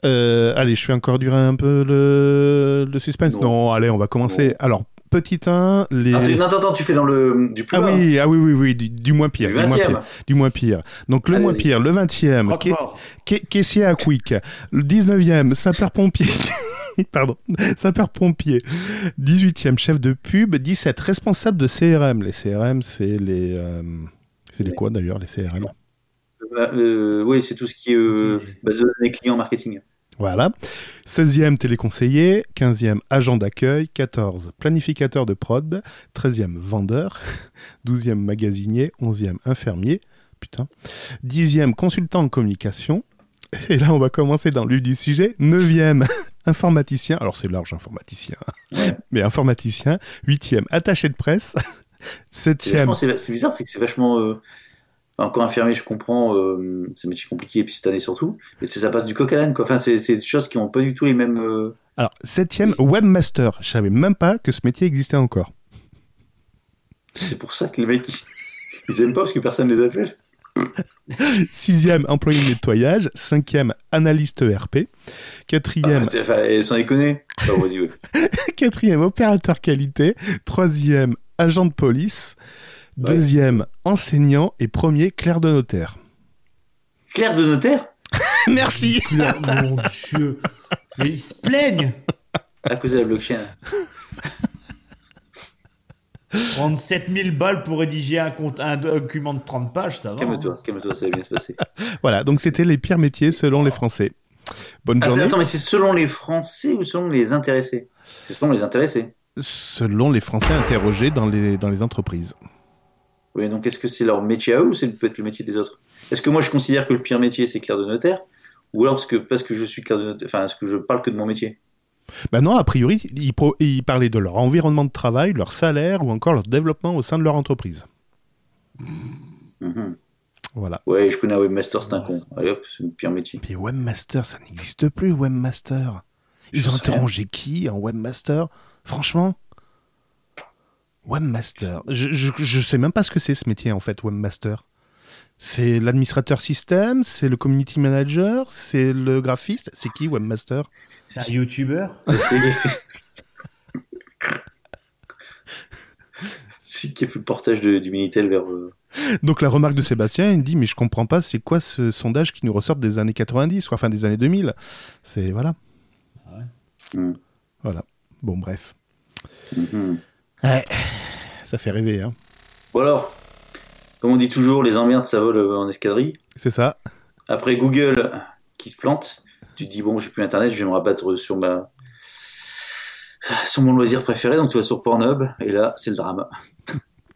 Speaker 1: Euh, allez, je fais encore durer un peu le, le suspense. Non.
Speaker 3: Non.
Speaker 1: allez, on va commencer.
Speaker 3: Non.
Speaker 1: Alors, petit 1, les...
Speaker 3: Ah, tu- non, attends, attends, tu fais dans le du plus
Speaker 1: Ah
Speaker 3: bas,
Speaker 1: oui, ah oui, oui, oui, du, du moins
Speaker 3: du
Speaker 1: pire, du moins
Speaker 3: 20
Speaker 1: pire,
Speaker 3: e
Speaker 1: du moins pire. Donc le moins
Speaker 3: Allez-y.
Speaker 1: pire, le 20e, qui est-
Speaker 5: Croque-mort.
Speaker 1: Ca- Caissier à Quick, le 19e, sapeur-pompier. Pardon, sapeur-pompier. 18e, chef de pub. 17, responsable de CRM. Les CRM, c'est les. euh, c'est les quoi d'ailleurs, les CRM
Speaker 3: oui, Euh, c'est tout ce qui est euh, base de données clients marketing.
Speaker 1: Voilà. 16e, téléconseiller. 15e, agent d'accueil. 14, planificateur de prod. 13e, vendeur. 12e, magasinier. 11e, infirmier. Putain. 10e, consultant en communication. Et là, on va commencer dans le vif du sujet. 9e, informaticien. Alors, c'est large, informaticien. hein. Mais informaticien. 8e, attaché de presse.
Speaker 3: C'est vachement-
Speaker 1: 7e.
Speaker 3: c'est c'est bizarre, c'est que c'est vachement. euh, enfin, encore infirmier, je comprends, euh, c'est un métier compliqué, et puis cette année surtout. Mais tu sais, ça passe du coq à l'âne, quoi. Enfin, c'est c'est des choses qui n'ont pas du tout les mêmes. euh,
Speaker 1: Alors, 7e, webmaster. Je savais même pas que ce métier existait encore.
Speaker 3: C'est pour ça que les mecs, ils, ils aiment pas parce que personne les appelle.
Speaker 1: Sixième, employé de nettoyage. Cinquième, analyste ERP.
Speaker 3: Ah,
Speaker 1: Quatrième,
Speaker 3: c'est- Enfin, et sans déconner. Enfin, vas-y, ouais.
Speaker 1: quatrième, opérateur qualité. Troisième, agent de police.
Speaker 3: Ouais.
Speaker 1: Deuxième, enseignant. Et premier, clerc de notaire.
Speaker 3: Claire de notaire
Speaker 1: Merci
Speaker 5: Mon Dieu. Mais ils se plaignent.
Speaker 3: À cause de la blockchain.
Speaker 5: 37 000 balles pour rédiger un, compte, un document de 30 pages, ça va. hein.
Speaker 3: Calme-toi, calme-toi, ça va bien se passer. Ah,
Speaker 1: Voilà, donc c'était les pires métiers selon les Français. Bonne
Speaker 3: Ah, c'est-
Speaker 1: journée.
Speaker 3: attends, mais c'est selon les Français ou selon les intéressés C'est selon les intéressés.
Speaker 1: Selon les Français interrogés dans les, dans les entreprises.
Speaker 3: Oui, donc est-ce que c'est leur métier à eux ou c'est peut-être le métier des autres Est-ce que moi je considère que le pire métier c'est clerc de notaire Ou alors parce que, parce que je suis clerc de notaire, enfin, est-ce que je parle que de mon métier
Speaker 1: Bah non, a priori, ils, pro- ils parlaient de leur environnement de travail, leur salaire ou encore leur développement au sein de leur entreprise.
Speaker 3: Mhm.
Speaker 1: Voilà.
Speaker 3: Ouais, je connais un webmaster, c'est un con. Allez hop, c'est le pire métier.
Speaker 1: Mais webmaster, ça n'existe plus, webmaster. Ils
Speaker 3: J'en
Speaker 1: ont
Speaker 3: sais rien.
Speaker 1: interrogé qui en webmaster Franchement Webmaster. Je, je, je sais même pas ce que c'est ce métier en fait, webmaster. C'est l'administrateur système, c'est le community manager, c'est le graphiste. C'est qui webmaster
Speaker 5: hein. C'est un youtubeur
Speaker 3: C'est C'est qui a fait le portage de- du Minitel vers. euh,
Speaker 1: Donc la remarque de Sébastien, il me dit mais je comprends pas, c'est quoi ce sondage qui nous ressort des années 90, quoi, enfin des années 2000 C'est voilà. Ah
Speaker 3: Hmm.
Speaker 1: Voilà. Bon bref,
Speaker 3: mhm.
Speaker 1: ça fait rêver, hein.
Speaker 3: Bon alors, comme on dit toujours, les emmerdes ça vole euh, en escadrille.
Speaker 1: C'est ça.
Speaker 3: Après Google qui se plante, tu te dis bon, j'ai plus internet, je vais me rabattre sur ma sur mon loisir préféré, donc tu vas sur Pornhub et là c'est le drame.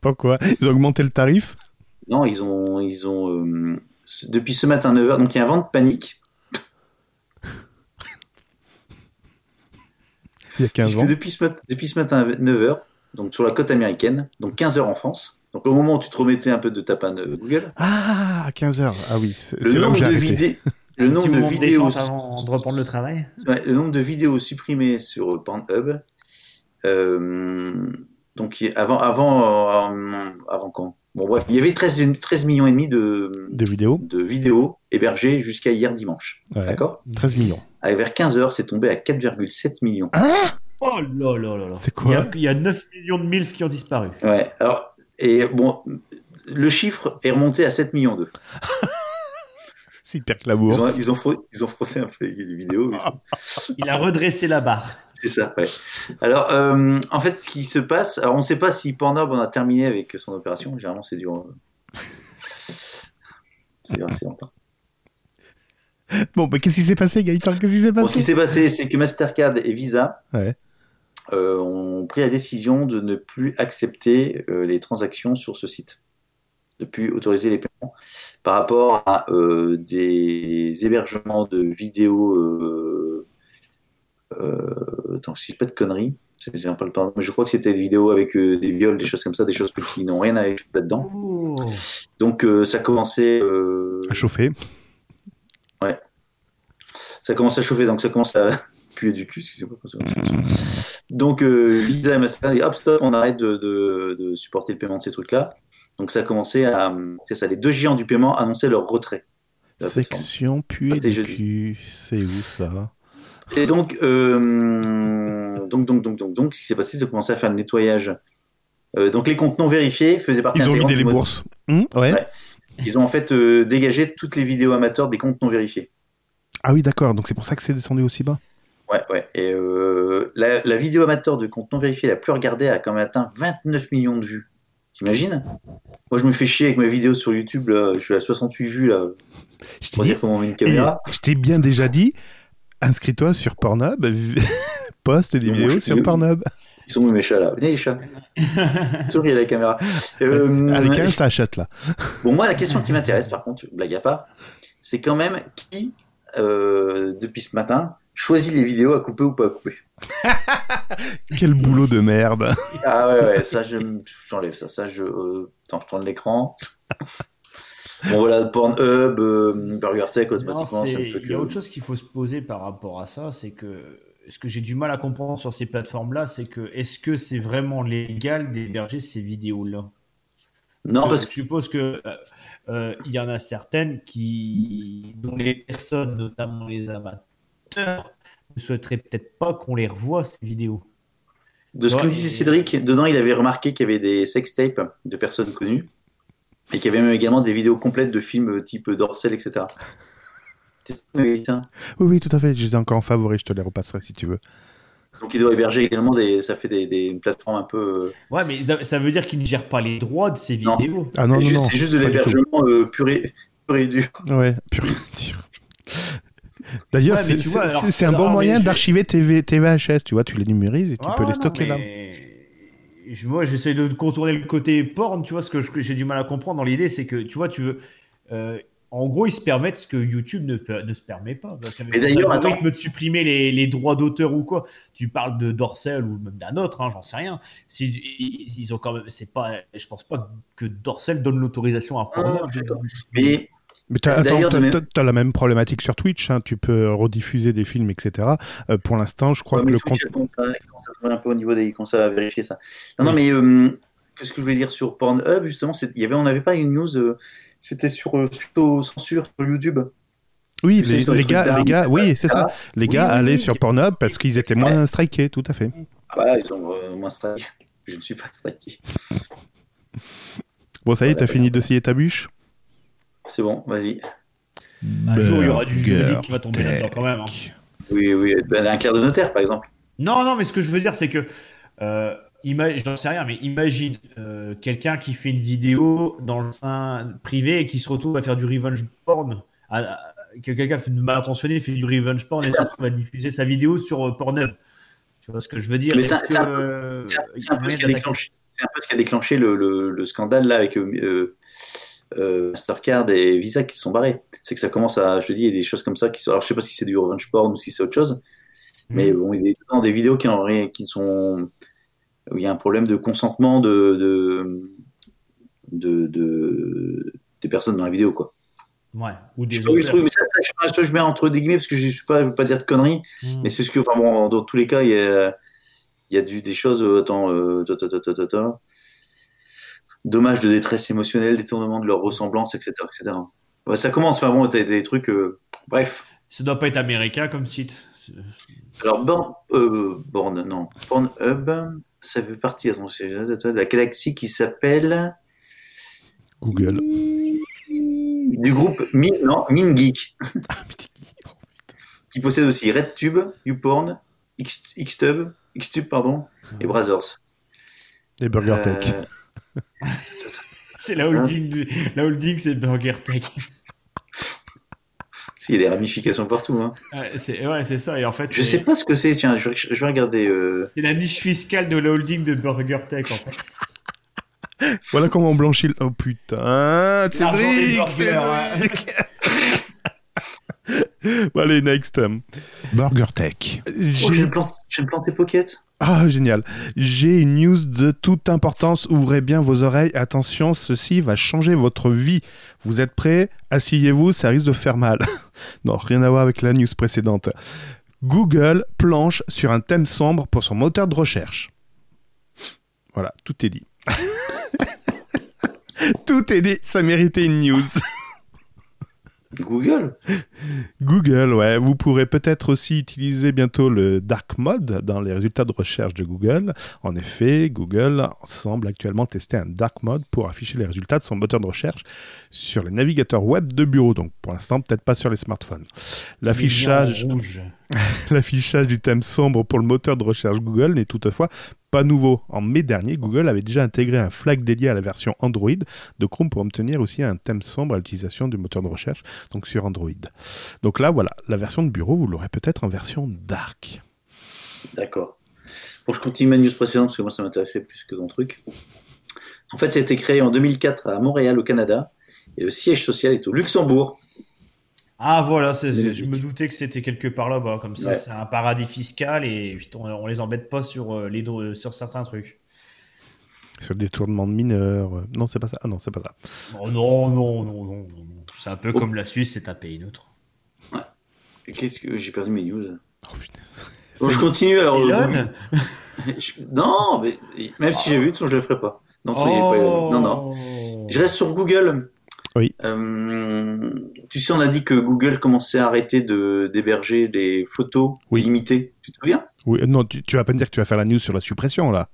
Speaker 1: Pourquoi Ils ont augmenté le tarif
Speaker 3: Non, ils ont ils ont euh, ce- depuis ce matin 9h, donc il y a un vent de panique
Speaker 1: il y a 15
Speaker 3: puisque
Speaker 1: ans.
Speaker 3: depuis ce, mat- depuis ce matin 9h, donc sur la côte américaine, donc 15h en France. Donc au moment où tu te remettais un peu de ta panne euh, Google,
Speaker 1: Ah, 15h. Ah oui, c'est
Speaker 3: le
Speaker 1: c'est là où
Speaker 3: nombre
Speaker 1: j'ai
Speaker 3: de
Speaker 1: arrêté.
Speaker 3: vidéos le
Speaker 5: Un petit
Speaker 3: nombre de
Speaker 5: moment de
Speaker 3: vidéos
Speaker 5: détente avant de reprendre le travail
Speaker 3: Ouais, le nombre de vidéos supprimées sur Pornhub, euh, donc il- avant, avant, euh, avant quand Bon bref, il y avait 13, 13 millions et demi de,
Speaker 1: De vidéos
Speaker 3: de vidéos hébergées jusqu'à hier dimanche,
Speaker 1: Ouais.
Speaker 3: d'accord
Speaker 1: 13 millions.
Speaker 3: Avec vers 15 heures, c'est tombé à 4,7 millions.
Speaker 5: Oh là là là là
Speaker 1: C'est
Speaker 5: Il y
Speaker 1: quoi
Speaker 5: a- il y, a 9 millions de milfs qui ont disparu.
Speaker 3: Ouais. Alors et bon, le chiffre est remonté à 7 millions d'eux.
Speaker 1: C'est hyper
Speaker 3: Ils ont,
Speaker 1: clamour.
Speaker 3: ils ont, frotté- ils ont frotté un peu les vidéos. mais
Speaker 5: Il a redressé la barre.
Speaker 3: C'est ça, ouais. Alors, euh, en fait, ce qui se passe, alors on ne sait pas si Pornhub en a terminé avec son opération, généralement c'est dur. euh, C'est dur assez longtemps.
Speaker 1: Bon, mais qu'est-ce qui s'est passé, Gaëtan Qu'est-ce qui s'est
Speaker 3: Bon, ce qui
Speaker 1: passé
Speaker 3: s'est passé, c'est que Mastercard et Visa
Speaker 1: Ouais.
Speaker 3: euh, ont pris la décision de ne plus accepter euh, les transactions sur ce site, de plus autoriser les paiements par rapport à euh, des hébergements de vidéos. Euh, euh, attends, si je dis pas de conneries, c'est c'est un peu le temps, mais je crois que c'était des vidéos avec euh, des viols, des choses comme ça, des choses qui n'ont rien à voir là-dedans.
Speaker 5: Oh.
Speaker 3: Donc euh, ça commençait. euh,
Speaker 1: À chauffer.
Speaker 3: ça commence à chauffer, donc ça commence à puer du cul, excusez-moi. pour ça. Donc euh, Visa et Mastercard, et hop, stop, on arrête de, de- de supporter le paiement de ces trucs-là. Donc ça a commencé à... C'est ça, les deux géants du paiement annonçaient leur retrait. de la plateforme.
Speaker 1: Section puée
Speaker 3: Ah, c'est
Speaker 1: du
Speaker 3: jeudi.
Speaker 1: cul. C'est où ça
Speaker 3: Et donc, euh, donc, donc, donc, donc, donc, ce qui s'est passé, c'est qu'on commençait à faire le nettoyage. Euh, donc les comptes non vérifiés faisaient partie
Speaker 1: Ils ont
Speaker 3: intégrante
Speaker 1: vidé
Speaker 3: du
Speaker 1: les
Speaker 3: modèle.
Speaker 1: bourses. Hum, ouais.
Speaker 3: Ouais. Ils ont en fait euh, dégagé toutes les vidéos amateurs des comptes non vérifiés.
Speaker 1: Ah oui, d'accord. Donc c'est pour ça que c'est descendu aussi bas.
Speaker 3: Ouais, ouais. Et euh, la, la vidéo amateur de compte non vérifié la plus regardée a quand même atteint 29 millions de vues. T'imagines Moi, je me fais chier avec ma vidéo sur YouTube, là. Je suis à 68 vues, là.
Speaker 1: Je t'ai
Speaker 3: Pour
Speaker 1: dit-
Speaker 3: dire comment on met une
Speaker 1: et
Speaker 3: caméra.
Speaker 1: je t'ai bien déjà dit, inscris-toi sur Pornhub, poste des
Speaker 3: Bon,
Speaker 1: vidéos
Speaker 3: je-
Speaker 1: sur Pornhub.
Speaker 3: Ils sont où, mes chats, là Venez, les chats. Souris à la caméra. Euh,
Speaker 1: Avec un, t'achètes là.
Speaker 3: Bon, moi, la question qui m'intéresse, par contre, blague à part, c'est quand même qui, euh, depuis ce matin, choisit les vidéos à couper ou pas à couper.
Speaker 1: Quel boulot de merde.
Speaker 3: Ah ouais, ouais, ça, je j'enlève ça. Ça, je. euh, Attends, je tourne l'écran. Bon, voilà, Pornhub, euh, Burger Tech, automatiquement,
Speaker 5: Non,
Speaker 3: ça
Speaker 5: c'est-
Speaker 3: ne peut
Speaker 5: Il y a
Speaker 3: que.
Speaker 5: autre chose qu'il faut se poser par rapport à ça, c'est que ce que j'ai du mal à comprendre sur ces plateformes-là, c'est que est-ce que c'est vraiment légal d'héberger ces vidéos-là
Speaker 3: Non, parce
Speaker 5: Je suppose que euh, euh, il y en a certaines qui, dont les personnes, notamment les amateurs, ne souhaiteraient peut-être pas qu'on les revoie ces vidéos.
Speaker 3: De ce que
Speaker 5: Ouais.
Speaker 3: disait Cédric, dedans, il avait remarqué qu'il y avait des sextapes de personnes connues et qu'il y avait même également des vidéos complètes de films euh, type Dorsel, etc. C'est ça, mais ça.
Speaker 1: Oui, oui, tout à fait. Je les ai encore en favori, je te les repasserai si tu veux.
Speaker 3: Donc, il doit héberger également des. Ça fait des, des plateformes un peu. euh,
Speaker 5: Ouais, mais ça- ça veut dire qu'ils ne gèrent pas les droits de ces
Speaker 3: Non.
Speaker 5: vidéos.
Speaker 1: Ah non,
Speaker 3: c'est
Speaker 1: non,
Speaker 3: juste-
Speaker 1: non.
Speaker 3: c'est juste de
Speaker 1: pas du tout.
Speaker 3: l'hébergement euh, pur, et, pur et dur.
Speaker 1: Ouais, pur dur. D'ailleurs,
Speaker 5: Ouais, mais
Speaker 1: c'est-
Speaker 5: tu vois,
Speaker 1: c'est-
Speaker 5: alors,
Speaker 1: c'est c'est un
Speaker 5: alors,
Speaker 1: bon
Speaker 5: mais
Speaker 1: moyen
Speaker 5: je-
Speaker 1: d'archiver TV, TVHS, tu vois, tu les numérises et tu
Speaker 5: Ouais,
Speaker 1: peux les
Speaker 5: Ah, non,
Speaker 1: stocker là.
Speaker 5: mais je- Moi, j'essaie de contourner le côté porn, tu vois, ce que je- que j'ai du mal à comprendre dans l'idée, c'est que, tu vois, tu veux... euh, en gros, ils se permettent ce que YouTube ne, peut- ne se permet pas. Parce qu'avec
Speaker 3: Mais d'ailleurs,
Speaker 5: les
Speaker 3: attends.
Speaker 5: algorithmes de supprimer les, les droits d'auteur ou quoi. Tu parles de Dorcel ou même d'un autre, hein, j'en sais rien. Si, ils, ils ont quand même, c'est pas, je pense pas que Dorcel donne l'autorisation à
Speaker 3: Ah,
Speaker 5: Pornhub.
Speaker 3: d'accord. Mais
Speaker 1: Mais t'as, attends,
Speaker 3: D'ailleurs,
Speaker 1: t'as,
Speaker 3: de même-
Speaker 1: t'as- t'as la même problématique sur Twitch. hein, tu peux rediffuser des films, etc. Euh, pour l'instant, je crois
Speaker 3: Ouais,
Speaker 1: que
Speaker 3: mais
Speaker 1: le
Speaker 3: Twitch,
Speaker 1: compte.
Speaker 3: elle commence à- elle commence à trouver un peu au niveau des. commence à vérifier ça. Non, non, mais euh, qu'est-ce que je voulais dire sur Pornhub Justement, c'est- il y avait, on n'avait pas une news. euh, C'était sur euh, suite aux censures sur YouTube.
Speaker 1: Oui,
Speaker 3: Tu sais,
Speaker 1: les,
Speaker 3: sur les
Speaker 1: les gars,
Speaker 3: trucs
Speaker 1: les gars,
Speaker 3: d'armes,
Speaker 1: oui, c'est ça. Les
Speaker 5: Oui,
Speaker 1: gars
Speaker 5: oui,
Speaker 1: allaient
Speaker 5: oui.
Speaker 1: sur Pornhub parce qu'ils étaient moins strikés, tout à fait.
Speaker 3: Ah bah là, ils ont euh, moins strike. Je ne suis pas striké.
Speaker 1: Bon, ça y est,
Speaker 3: Voilà,
Speaker 1: t'as
Speaker 3: voilà.
Speaker 1: fini de scier ta bûche.
Speaker 3: C'est bon, vas-y.
Speaker 5: Un jour, il y aura du juridique qui va tomber
Speaker 4: Burger
Speaker 5: là-dedans quand même. hein.
Speaker 3: Oui, oui, ben, un clerc de notaire, par exemple.
Speaker 5: Non, non, mais ce que je veux dire, c'est que. Euh, ima- J'en sais rien, mais imagine euh, quelqu'un qui fait une vidéo dans le sein privé et qui se retrouve à faire du revenge porn. à- à- que quelqu'un fait- mal intentionné fait du revenge porn et se retrouve à diffuser sa vidéo sur euh, Pornhub. Tu vois ce que je veux dire
Speaker 3: Mais ça-
Speaker 5: Est-ce
Speaker 3: ça-
Speaker 5: euh,
Speaker 3: C'est un
Speaker 5: il y
Speaker 3: c'est un peu ce qui a
Speaker 5: moyen
Speaker 3: déclenché, c'est un peu ce qui a déclenché le, le- le scandale là avec euh, euh, Mastercard et Visa qui se sont barrés. C'est que ça commence à, je te dis, il y a des choses comme ça qui sont. Alors je sais pas si c'est du revenge porn ou si c'est autre chose,
Speaker 5: Mhm.
Speaker 3: mais bon, il y a des- dans des vidéos qui, en, ré- qui sont où il y a un problème de consentement de, de, de- de- des personnes dans la vidéo quoi.
Speaker 5: d'attaquer Ouais, ou
Speaker 3: Je
Speaker 5: des
Speaker 3: sais pas où le
Speaker 5: auteurs.
Speaker 3: truc, mais ça, ça, je, sais pas, ça, je mets entre des guillemets parce que je suis pas, je veux pas dire de conneries.
Speaker 5: Hmm.
Speaker 3: Mais c'est ce que, enfin bon, dans tous les cas, il y a, il y a du, des choses. euh, attends, euh, ta, ta, ta, ta, ta, ta. dommage de détresse émotionnelle, détournement de leur ressemblance, etc. etc. Ouais, ça commence, enfin bon, t'as des trucs. euh, bref.
Speaker 5: Ça doit pas être américain comme site. C'est-
Speaker 3: Alors, Born, euh, Born, non, Pornhub, ça fait partie attends, c'est- attends, de la galaxie qui s'appelle.
Speaker 1: Google.
Speaker 3: du groupe Mi, non, Mean Geek. qui possède aussi RedTube, YouPorn, X- Xtube, Xtube, pardon, et Brazzers.
Speaker 1: Et Burger Tech.
Speaker 3: Euh,
Speaker 5: C'est
Speaker 3: Hein?
Speaker 5: la holding, du- la holding c'est Burger Tech.
Speaker 3: Il y a des ramifications partout. Hein.
Speaker 5: Ouais, c'est ouais, c'est ça. Et en fait,
Speaker 3: Je
Speaker 5: c'est-
Speaker 3: sais pas ce que c'est. Tiens, je, vais- je vais regarder. euh,
Speaker 5: C'est la niche fiscale de la holding de Burger Tech, en fait.
Speaker 1: Voilà comment on blanchit le. Oh putain,
Speaker 5: L'argent des
Speaker 1: Cédric,
Speaker 5: burgers,
Speaker 1: Cédric. Bon, allez, next.
Speaker 4: Burger Tech.
Speaker 3: Oh,
Speaker 1: J'ai-
Speaker 3: je vais me planter- je vais me planter Pocket.
Speaker 1: Ah, génial. J'ai une news de toute importance. Ouvrez bien vos oreilles. Attention, ceci va changer votre vie. Vous êtes prêts Asseyez-vous, ça risque de faire mal. non, rien à voir avec la news précédente. Google planche sur un thème sombre pour son moteur de recherche. Voilà, tout est dit. tout est dit, ça méritait une news.
Speaker 3: Google.
Speaker 1: Google, ouais. Vous pourrez peut-être aussi utiliser bientôt le dark mode dans les résultats de recherche de Google. En effet, Google semble actuellement tester un dark mode pour afficher les résultats de son moteur de recherche sur les navigateurs web de bureau. Donc, pour l'instant, peut-être pas sur les smartphones. L'affichage,
Speaker 5: Les liens rouges.
Speaker 1: l'affichage du thème sombre pour le moteur de recherche Google n'est toutefois pas nouveau. En mai dernier, Google avait déjà intégré un flag dédié à la version Android de Chrome pour obtenir aussi un thème sombre à l'utilisation du moteur de recherche, donc sur Android. Donc là, voilà, la version de bureau, vous l'aurez peut-être en version dark.
Speaker 3: D'accord. Bon, je continue ma news précédente parce que moi ça m'intéressait plus que ton truc. En fait, ça a été créé en 2004 à Montréal, au Canada, et le siège social est au Luxembourg.
Speaker 5: Ah voilà, c'est-
Speaker 3: Les
Speaker 5: je me doutais que c'était quelque part là-bas, comme ça
Speaker 3: Ouais.
Speaker 5: c'est un paradis fiscal et putain, on, on les embête pas sur, euh, les, dro- euh, sur certains trucs.
Speaker 1: Sur le détournement de mineurs. euh, Non, c'est pas ça. Ah non, c'est pas ça.
Speaker 5: Oh non, non, non, non, non, non. C'est un peu
Speaker 3: Oh.
Speaker 5: comme la Suisse, c'est un pays neutre.
Speaker 3: Qu'est-ce que j'ai perdu mes news
Speaker 1: Oh putain.
Speaker 3: Bon, je continue alors. euh,
Speaker 5: Elon
Speaker 3: Je- Non, mais même si j'avais eu de son, je le ferai pas. Non, il y avait pas Elon. non, non.
Speaker 5: Oh,
Speaker 3: Je reste sur Google.
Speaker 1: Oui.
Speaker 3: Euh, tu sais, on a dit que Google commençait à arrêter de d'héberger les photos
Speaker 1: Oui.
Speaker 3: limitées. Tu te souviens
Speaker 1: Oui, euh, non, tu, tu vas pas me dire que tu vas faire la news sur la suppression, là.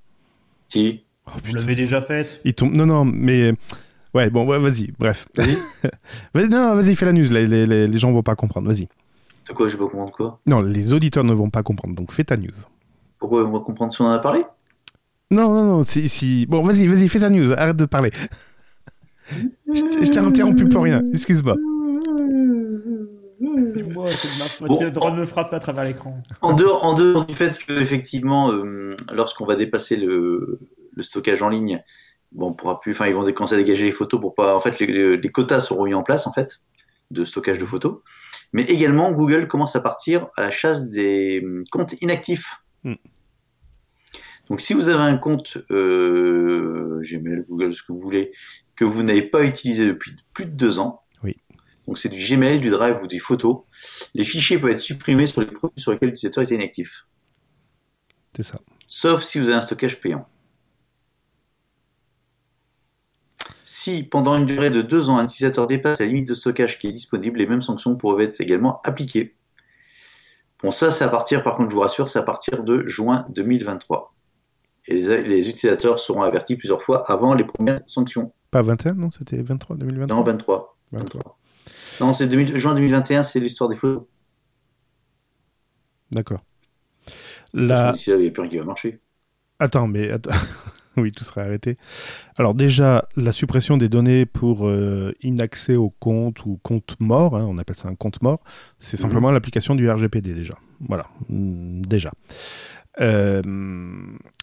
Speaker 3: Si.
Speaker 1: Oh,
Speaker 5: Vous
Speaker 1: putain.
Speaker 5: l'avez déjà faite
Speaker 1: Il tombe. Non, non, mais. Ouais, bon, ouais, vas-y, bref. Vas-y. non, non, vas-y, fais la news. Les, les, les- les gens vont pas comprendre. Vas-y.
Speaker 3: De quoi je vais comprendre quoi
Speaker 1: Non, les auditeurs ne vont pas comprendre. Donc fais ta news.
Speaker 3: Pourquoi on va comprendre si on en a parlé
Speaker 1: Non, non, non. Si, si... Bon, vas-y, vas-y, fais ta news. Arrête de parler. je t'ai- je t'ai interrompu pour rien. Excuse-moi.
Speaker 5: C'est moi, c'est ma
Speaker 3: Bon.
Speaker 5: faute. Le drone me frappe à travers l'écran.
Speaker 3: En dehors, en dehors du fait que effectivement, euh, lorsqu'on va dépasser le, le stockage en ligne, bon, on pourra plus. Enfin, ils vont commencer à dégager les photos pour pas. En fait, les, les- les quotas sont remis en place en fait. de stockage de photos. Mais également, Google commence à partir à la chasse des hum, comptes inactifs.
Speaker 1: Mm.
Speaker 3: Donc, si vous avez un compte euh, Gmail, Google, ce que vous voulez, que vous n'avez pas utilisé depuis plus de deux ans,
Speaker 1: Oui.
Speaker 3: donc c'est du Gmail, du Drive ou des photos, les fichiers peuvent être supprimés sur les produits sur lesquels l'utilisateur était inactif,
Speaker 1: C'est ça.
Speaker 3: sauf si vous avez un stockage payant. Si, pendant une durée de deux ans, un utilisateur dépasse la limite de stockage qui est disponible, les mêmes sanctions pourraient être également appliquées. Bon, ça, c'est à partir, par contre, je vous rassure, c'est à partir de juin 2023. Et les, les utilisateurs seront avertis plusieurs fois avant les premières sanctions.
Speaker 1: Pas 21, non C'était 23, 2023
Speaker 3: Non, 23.
Speaker 1: 23.
Speaker 3: Non, c'est 2000 juin 2021, c'est l'histoire des photos.
Speaker 1: D'accord. Là,
Speaker 3: Là, il n'y a plus rien qui va marcher.
Speaker 1: attends, mais attends. oui, tout serait arrêté. Alors déjà, la suppression des données pour euh, inaccès au compte ou compte mort, hein, on appelle ça un compte mort, c'est
Speaker 3: Mhm.
Speaker 1: simplement l'application du RGPD déjà. Voilà, Mm, déjà. Euh,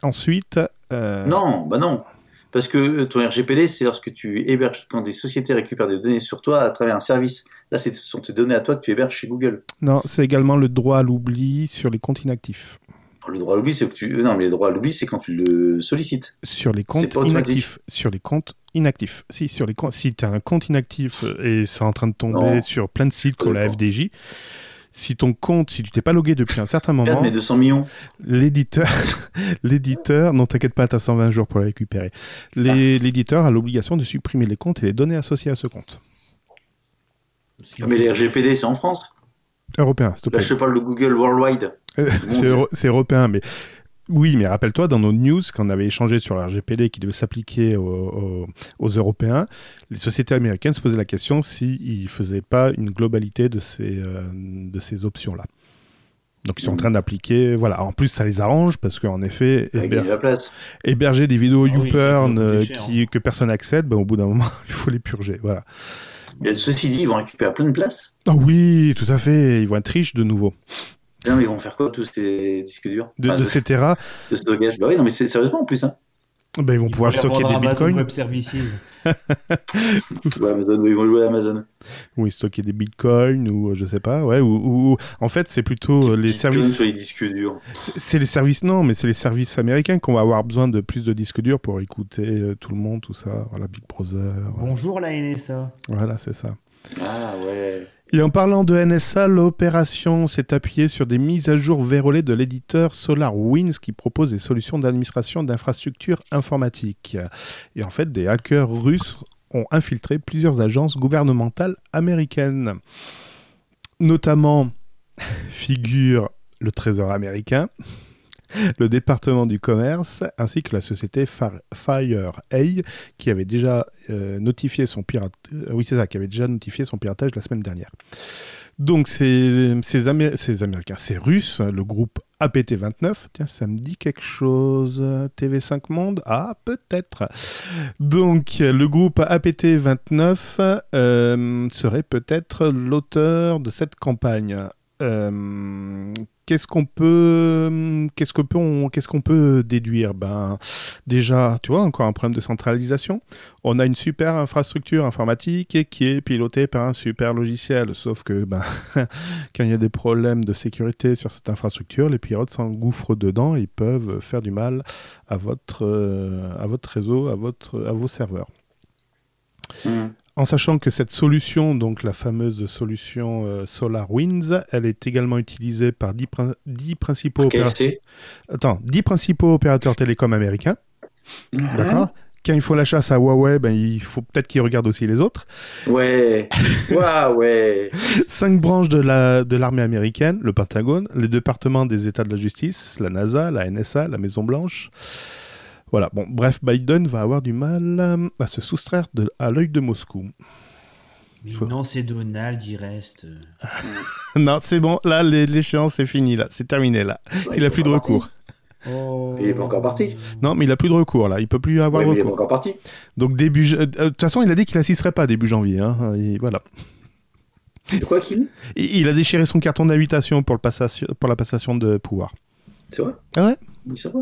Speaker 1: ensuite... euh,
Speaker 3: Non, bah non. Parce que euh, ton RGPD, c'est lorsque tu héberges, quand des sociétés récupèrent des données sur toi à travers un service. Là, c'est- ce sont tes données à toi que tu héberges chez Google.
Speaker 1: Non, c'est également le droit à l'oubli sur les comptes inactifs.
Speaker 3: Alors, le droit à l'oubli, c'est que tu. euh, Non, mais le droit à l'oubli, c'est quand tu le sollicites.
Speaker 1: Sur les comptes
Speaker 3: pas automatique.
Speaker 1: inactifs. Sur les comptes inactifs. Si, sur les comptes, si tu as un compte inactif euh, et c'est en train de tomber
Speaker 3: Non.
Speaker 1: sur plein de sites comme la
Speaker 3: D'accord.
Speaker 1: FDJ, si ton compte, si tu t'es pas logué depuis un certain moment,
Speaker 3: Regarde mes 200 millions.
Speaker 1: l'éditeur, l'éditeur, non t'inquiète pas, t'as 120 jours pour la récupérer.
Speaker 3: Ah.
Speaker 1: Les- L'éditeur a l'obligation de supprimer les comptes et les données associées à ce compte.
Speaker 3: Ah, mais les RGPD, c'est en France.
Speaker 1: Européen, s'il te
Speaker 3: Là,
Speaker 1: plaît.
Speaker 3: je te parle de Google Worldwide.
Speaker 1: Euh, c'est
Speaker 3: Dieu.
Speaker 1: euro- c'est européen, mais oui, mais rappelle-toi dans nos news qu'on avait échangé sur le RGPD qui devait s'appliquer aux, aux- aux Européens, les sociétés américaines se posaient la question s'ils ne faisaient pas une globalité de ces, euh, de ces options-là. Donc ils sont en train d'appliquer, voilà. En plus, ça les arrange parce qu'en effet,
Speaker 3: Il a
Speaker 1: héber-
Speaker 3: gagné la place.
Speaker 1: héberger des vidéos
Speaker 5: Ah oui,
Speaker 1: YouPorn
Speaker 5: ça peut
Speaker 1: euh,
Speaker 5: coûter cher, hein.
Speaker 1: qui- que personne n'accède, ben, au bout d'un moment, il faut les purger, voilà.
Speaker 3: Et ceci dit, ils vont récupérer plein de places.
Speaker 1: Ah oui, tout à fait, ils vont être riches de nouveau.
Speaker 3: Non, mais ils vont faire quoi, tous ces disques durs
Speaker 1: De,
Speaker 3: Enfin,
Speaker 1: de ces terras,
Speaker 3: de stockage. Bah oui, non, mais c'est sérieusement en plus. Hein.
Speaker 1: ben, ils vont pouvoir stocker des bitcoins.
Speaker 5: Web Services.
Speaker 3: Ouais, Amazon, ils vont jouer à Amazon.
Speaker 1: ou ils stockaient des bitcoins ou euh, je sais pas ouais ou, ou- ou- en fait c'est plutôt euh, les
Speaker 3: Bitcoin
Speaker 1: services
Speaker 3: sur les disques durs.
Speaker 1: c'est c'est les services non mais c'est les services américains qu'on va avoir besoin de plus de disques durs pour écouter euh, tout le monde tout ça voilà Big Brother voilà,
Speaker 5: Bonjour la NSA.
Speaker 1: Voilà, c'est ça
Speaker 3: Ah ouais.
Speaker 1: et en parlant de NSA l'opération s'est appuyée sur des mises à jour vérolées de l'éditeur SolarWinds qui propose des solutions d'administration d'infrastructures informatiques et en fait des hackers russes ont infiltré plusieurs agences gouvernementales américaines. Notamment figure le Trésor américain, le département du commerce, ainsi que la société Far- FireEye, qui avait déjà euh, notifié son pirate... euh, oui, c'est ça, qui avait déjà notifié son piratage la semaine dernière. Donc ces, ces, Amé- ces Américains, ces Russes, le groupe APT29, tiens, ça me dit quelque chose, TV5 Monde, ah peut-être, donc, euh, le groupe APT29 euh, serait peut-être l'auteur de cette campagne. Euh, qu'est-ce qu'on peut, qu'est-ce que peut, on- qu'est-ce qu'on peut déduire Ben, déjà, tu vois, encore un problème de centralisation. On a une super infrastructure informatique qui est pilotée par un super logiciel. Sauf que, ben, quand il y a des problèmes de sécurité sur cette infrastructure, les pirates s'engouffrent dedans. Ils peuvent faire du mal à votre, euh, à votre réseau, à, votre, à vos serveurs.
Speaker 3: Hmm.
Speaker 1: En sachant que cette solution, donc la fameuse solution euh, SolarWinds, elle est également utilisée par 10, prin- 10 principaux, opérateurs,
Speaker 3: KFC.
Speaker 1: attends, 10 principaux opérateurs télécoms américains.
Speaker 3: Mhm.
Speaker 1: D'accord Quand ils font la chasse à Huawei, ben, il faut peut-être qu'ils regardent aussi les autres.
Speaker 3: Ouais, ouais, ouais.
Speaker 1: Cinq branches de la- de l'armée américaine, le Pentagone, les départements des États de la justice, la NASA, la NSA, la Maison Blanche. Voilà, bon, bref, Biden va avoir du mal euh, à se soustraire de- à l'œil de Moscou.
Speaker 5: Mais
Speaker 1: Faut-
Speaker 5: non, c'est Donald, il reste.
Speaker 1: non, c'est bon, là, l'é- l'échéance est finie, là, c'est terminé, là. Il a plus de recours.
Speaker 3: Il est pas encore parti.
Speaker 5: Oh.
Speaker 1: Non, mais il a plus de recours, là, il peut plus avoir
Speaker 3: Ouais, mais il est pas
Speaker 1: recours.
Speaker 3: encore parti.
Speaker 1: Donc, début. ja- euh, De toute façon, il a dit qu'il assisterait pas début janvier, hein, et voilà.
Speaker 3: De quoi qu'il
Speaker 1: Il il a déchiré son carton d'invitation pour, le passation- pour la passation de pouvoir.
Speaker 3: C'est vrai
Speaker 1: Ah ouais
Speaker 3: Oui, ça va.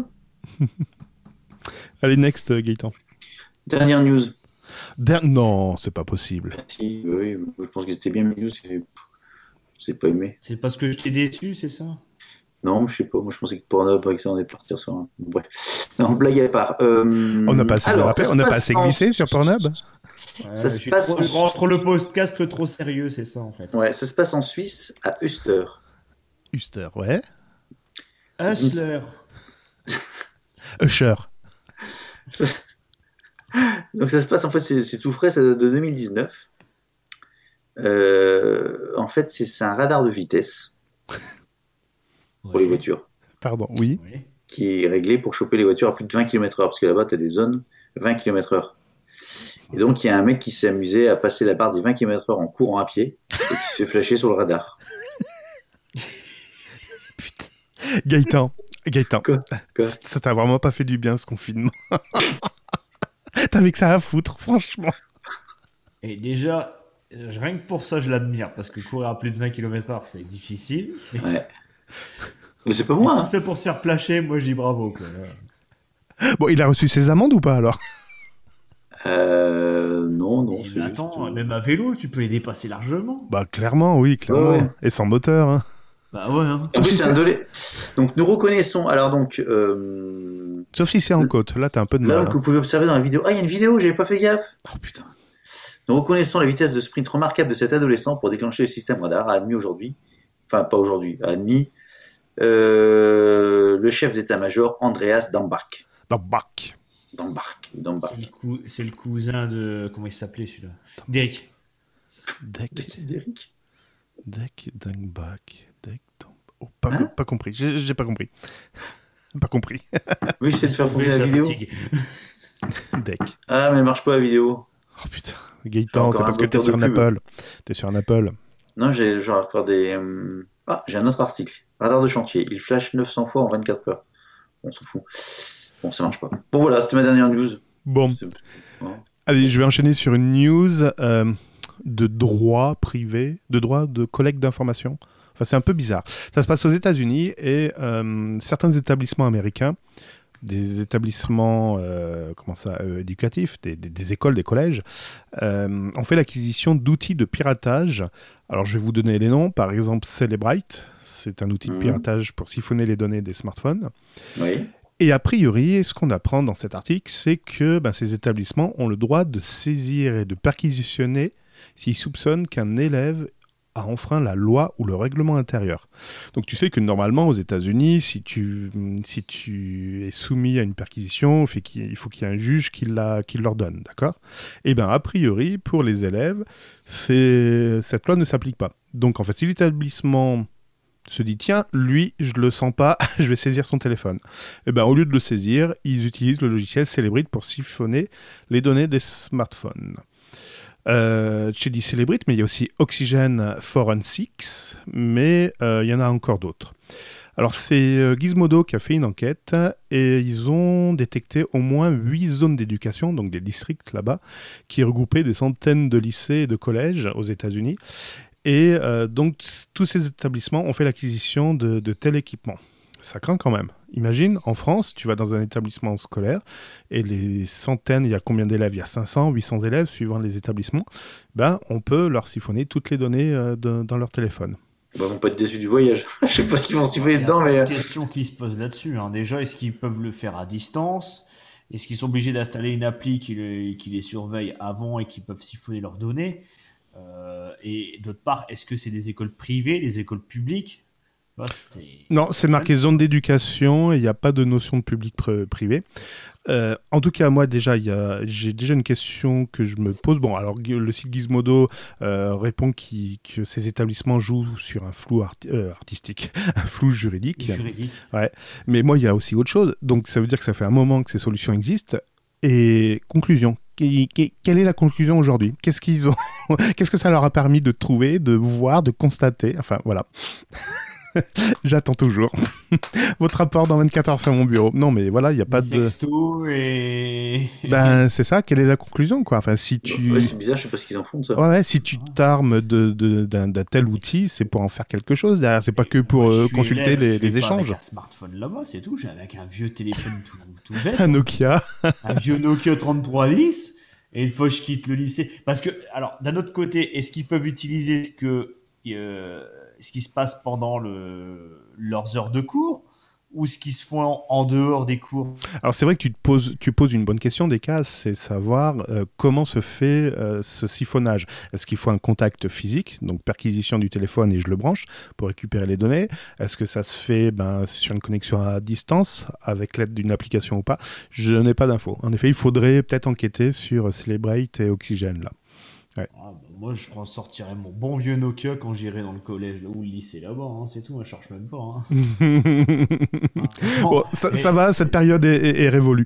Speaker 1: Allez, next, euh, Gaëtan.
Speaker 3: Dernière news. Bah,
Speaker 1: Der- Non, c'est pas possible.
Speaker 3: Si, oui, je pense que c'était bien Milieu, c'est c'est pas aimé.
Speaker 5: C'est parce que je t'ai déçu, c'est ça
Speaker 3: Non, je sais pas, moi je pensais que Pornhub, par exemple, on est parti sur un... Bref, non, blague à part. Euh,
Speaker 1: On n'a pas assez,
Speaker 3: alors,
Speaker 1: dérapé,
Speaker 3: ça
Speaker 1: on n'a
Speaker 3: se
Speaker 1: pas
Speaker 3: passe
Speaker 1: assez glissé
Speaker 3: en-
Speaker 1: sur Pornhub
Speaker 5: Ouais,
Speaker 3: Ça
Speaker 5: je
Speaker 3: se
Speaker 5: suis
Speaker 3: passe
Speaker 5: trop-
Speaker 3: en-
Speaker 5: entre le podcast trop sérieux, c'est ça en fait.
Speaker 3: Ouais, ça se passe en Suisse, à Uster.
Speaker 1: Uster, ouais.
Speaker 5: Hustler.
Speaker 1: Usher.
Speaker 3: Donc ça se passe, en fait, c'est c'est tout frais, ça date de 2019. Euh, en fait, c'est c'est un radar de vitesse pour les voitures
Speaker 1: Pardon, oui.
Speaker 5: Oui.
Speaker 3: qui est réglé pour choper les voitures à plus de 20 km/h, parce que là-bas, tu as des zones 20 km/h. Et donc, il y a un mec qui s'est amusé à passer la barre des 20 km/h en courant à pied et qui se fait flasher sur le radar.
Speaker 1: Gaëtan, Gaëtan,
Speaker 3: Quoi Quoi
Speaker 1: ça ça t'a vraiment pas fait du bien ce confinement. T'avais que ça à foutre, franchement.
Speaker 5: Et déjà, euh, rien que pour ça, je l'admire, parce que courir à plus de 20 km/h, c'est difficile. Et
Speaker 3: Ouais. Mais c'est pas moi,
Speaker 5: tout
Speaker 3: hein.
Speaker 5: ça pour se faire flasher, moi je dis bravo. Quoi.
Speaker 1: Bon, il a reçu ses amendes ou pas alors
Speaker 3: Euh, non, non,
Speaker 5: Et euh,
Speaker 3: c'est juste... euh,
Speaker 5: attends, même à vélo, tu peux les dépasser largement.
Speaker 1: Bah clairement, oui, clairement.
Speaker 3: Ouais, ouais.
Speaker 1: Et sans moteur. hein.
Speaker 5: Bah ouais, hein.
Speaker 3: En plus,
Speaker 1: si
Speaker 3: c'est
Speaker 1: c'est-
Speaker 3: un dolé. Donc, nous reconnaissons... Alors, donc... euh,
Speaker 1: Sauf si c'est en côte, là t'as un peu de
Speaker 3: Là,
Speaker 1: mal.
Speaker 3: que
Speaker 1: hein.
Speaker 3: vous pouvez observer dans la vidéo. Ah, il y a une vidéo, j'avais pas fait gaffe. Oh putain. Nous reconnaissons la vitesse de sprint remarquable de cet adolescent pour déclencher le système radar, a admis aujourd'hui, enfin pas aujourd'hui, a admis euh, le chef d'état-major Andreas Dambach.
Speaker 1: Dans Bach.
Speaker 3: Dambach,
Speaker 5: C'est le,
Speaker 3: Dambach.
Speaker 5: cou- c'est le cousin de. Comment il s'appelait celui-là Derek.
Speaker 1: Deck,
Speaker 3: Derek
Speaker 1: deck, dang, Bach, deck, dang- Oh, pas,
Speaker 3: Hein
Speaker 1: pas compris, j'ai j'ai pas compris. pas compris.
Speaker 3: Oui, j'essaie de faire
Speaker 5: Oui,
Speaker 3: fonctionner la
Speaker 5: ça
Speaker 3: vidéo.
Speaker 5: fatigue.
Speaker 1: Deck.
Speaker 3: Ah, mais elle marche pas la vidéo.
Speaker 1: Oh putain,
Speaker 3: T'as
Speaker 1: Gaëtan,
Speaker 3: encore
Speaker 1: c'est parce
Speaker 3: un
Speaker 1: que t'es
Speaker 3: moteur
Speaker 1: sur
Speaker 3: de
Speaker 1: un
Speaker 3: pub.
Speaker 1: Apple. T'es sur un Apple.
Speaker 3: Non, j'ai genre encore des. hum, Ah, j'ai un autre article. Radar de chantier. Il flash 900 fois en 24 heures. On s'en fout. Bon, ça marche pas. Bon, voilà, c'était ma dernière news.
Speaker 1: Bon,
Speaker 3: C'est-
Speaker 1: allez, je vais enchaîner sur une news euh, de droit privé, de droit de collecte d'informations. Enfin, c'est un peu bizarre. Ça se passe aux États-Unis et euh, certains établissements américains, des établissements euh, comment ça, euh, éducatifs, des, des- des écoles, des collèges, euh, ont fait l'acquisition d'outils de piratage. Alors, je vais vous donner les noms. Par exemple, Celebrite, c'est un outil de
Speaker 3: Mhm.
Speaker 1: piratage pour siphonner les données des smartphones.
Speaker 3: Oui.
Speaker 1: Et a priori, ce qu'on apprend dans cet article, c'est que ben, ces établissements ont le droit de saisir et de perquisitionner s'ils soupçonnent qu'un élève a enfreint la loi ou le règlement intérieur. Donc tu sais que normalement aux États-Unis, si tu, si tu es soumis à une perquisition, il faut qu'il il faut qu'il y ait un juge qui, la- qui l'ordonne, d'accord Et bien a priori, pour les élèves, c'est- cette loi ne s'applique pas. Donc en fait, si l'établissement se dit, tiens, lui, je le sens pas, je vais saisir son téléphone eh ben, au lieu de le saisir, ils utilisent le logiciel Celebrite pour siphonner les données des smartphones. Euh, J'ai dit Celebrite, mais il y a aussi Oxygen Forensics, mais euh, il y en a encore d'autres. Alors, c'est euh, Gizmodo qui a fait une enquête et ils ont détecté au moins huit zones d'éducation, donc des districts là-bas, qui regroupaient des centaines de lycées et de collèges aux États-Unis. Et euh, donc, s- tous ces établissements ont fait l'acquisition de, de tel équipement. Ça craint quand même. Imagine, en France, tu vas dans un établissement scolaire et les centaines, il y a combien d'élèves Il y a 500, 800 élèves, suivant les établissements. Ben, on peut leur siphonner toutes les données euh, de- dans leur téléphone.
Speaker 3: Bah, ils vont pas être déçus du voyage. Je sais pas ce qu'ils vont siffler
Speaker 5: Il y a
Speaker 3: dedans, mais.
Speaker 5: plein
Speaker 3: euh,
Speaker 5: de questions qui se posent là-dessus. hein. Déjà, est-ce qu'ils peuvent le faire à distance Est-ce qu'ils sont obligés d'installer une appli qui, le- qui les surveille avant et qui peuvent siphonner leurs données Euh, Et d'autre part, est-ce que c'est des écoles privées, des écoles publiques Tu vois, c'est-
Speaker 1: Non, c'est marqué zone d'éducation et il n'y a pas de notion de public pr- privé. Euh, en tout cas, moi déjà, il y a- j'ai déjà une question que je me pose. Bon, alors gu- le site Gizmodo euh, répond qu'il- que ces établissements jouent sur un flou arti- euh, artistique, un flou juridique.
Speaker 5: juridique.
Speaker 1: Mais moi, il y a aussi autre chose. Donc, ça veut dire que ça fait un moment que ces solutions existent. Et conclusion. Qui- qui- Quelle est la conclusion aujourd'hui Qu'est-ce qu'ils ont Qu'est-ce que ça leur a permis de trouver, de voir, de constater Enfin, voilà. J'attends toujours. Votre rapport dans 24 heures sur mon bureau. Non, mais voilà, il n'y a pas
Speaker 5: Des
Speaker 1: de.
Speaker 5: sextos et...
Speaker 1: Ben, c'est ça. Quelle est la conclusion, quoi Enfin, si tu.
Speaker 3: ouais, c'est bizarre, je sais pas ce qu'ils en font de ça.
Speaker 1: Ouais, ouais, si tu t'armes de- de- d'un d'un tel outil, c'est pour en faire quelque chose derrière. C'est pas que pour
Speaker 5: Moi, je
Speaker 1: euh,
Speaker 5: suis
Speaker 1: consulter
Speaker 5: élève,
Speaker 1: les,
Speaker 5: je vais
Speaker 1: les
Speaker 5: pas
Speaker 1: échanges.
Speaker 5: Avec un smartphone là-bas, c'est tout. J'ai avec un vieux téléphone tout, tout bête,
Speaker 1: Un Nokia.
Speaker 5: un vieux Nokia 3310. et il faut que je quitte le lycée. Parce que, alors, d'un autre côté, est-ce qu'ils peuvent utiliser ce, que, euh, ce qui se passe pendant le, leurs heures de cours ou ce qui se font en, en dehors des cours
Speaker 1: Alors c'est vrai que tu, te poses, tu poses une bonne question des cas, c'est savoir euh, comment se fait euh, ce siphonnage. Est-ce qu'il faut un contact physique, donc perquisition du téléphone et je le branche pour récupérer les données Est-ce que ça se fait ben, sur une connexion à distance avec l'aide d'une application ou pas Je n'ai pas d'infos. En effet, il faudrait peut-être enquêter sur Celebrate et Oxygène là.
Speaker 5: Ah, bah, Moi, je prends- sortirais mon bon vieux Nokia quand j'irai dans le collège là, ou le lycée là-bas, hein, c'est tout, je cherche même pas. hein. Ah, franchement,
Speaker 1: Bon, ça,
Speaker 5: mais-
Speaker 1: ça va, cette période est- est- est révolue.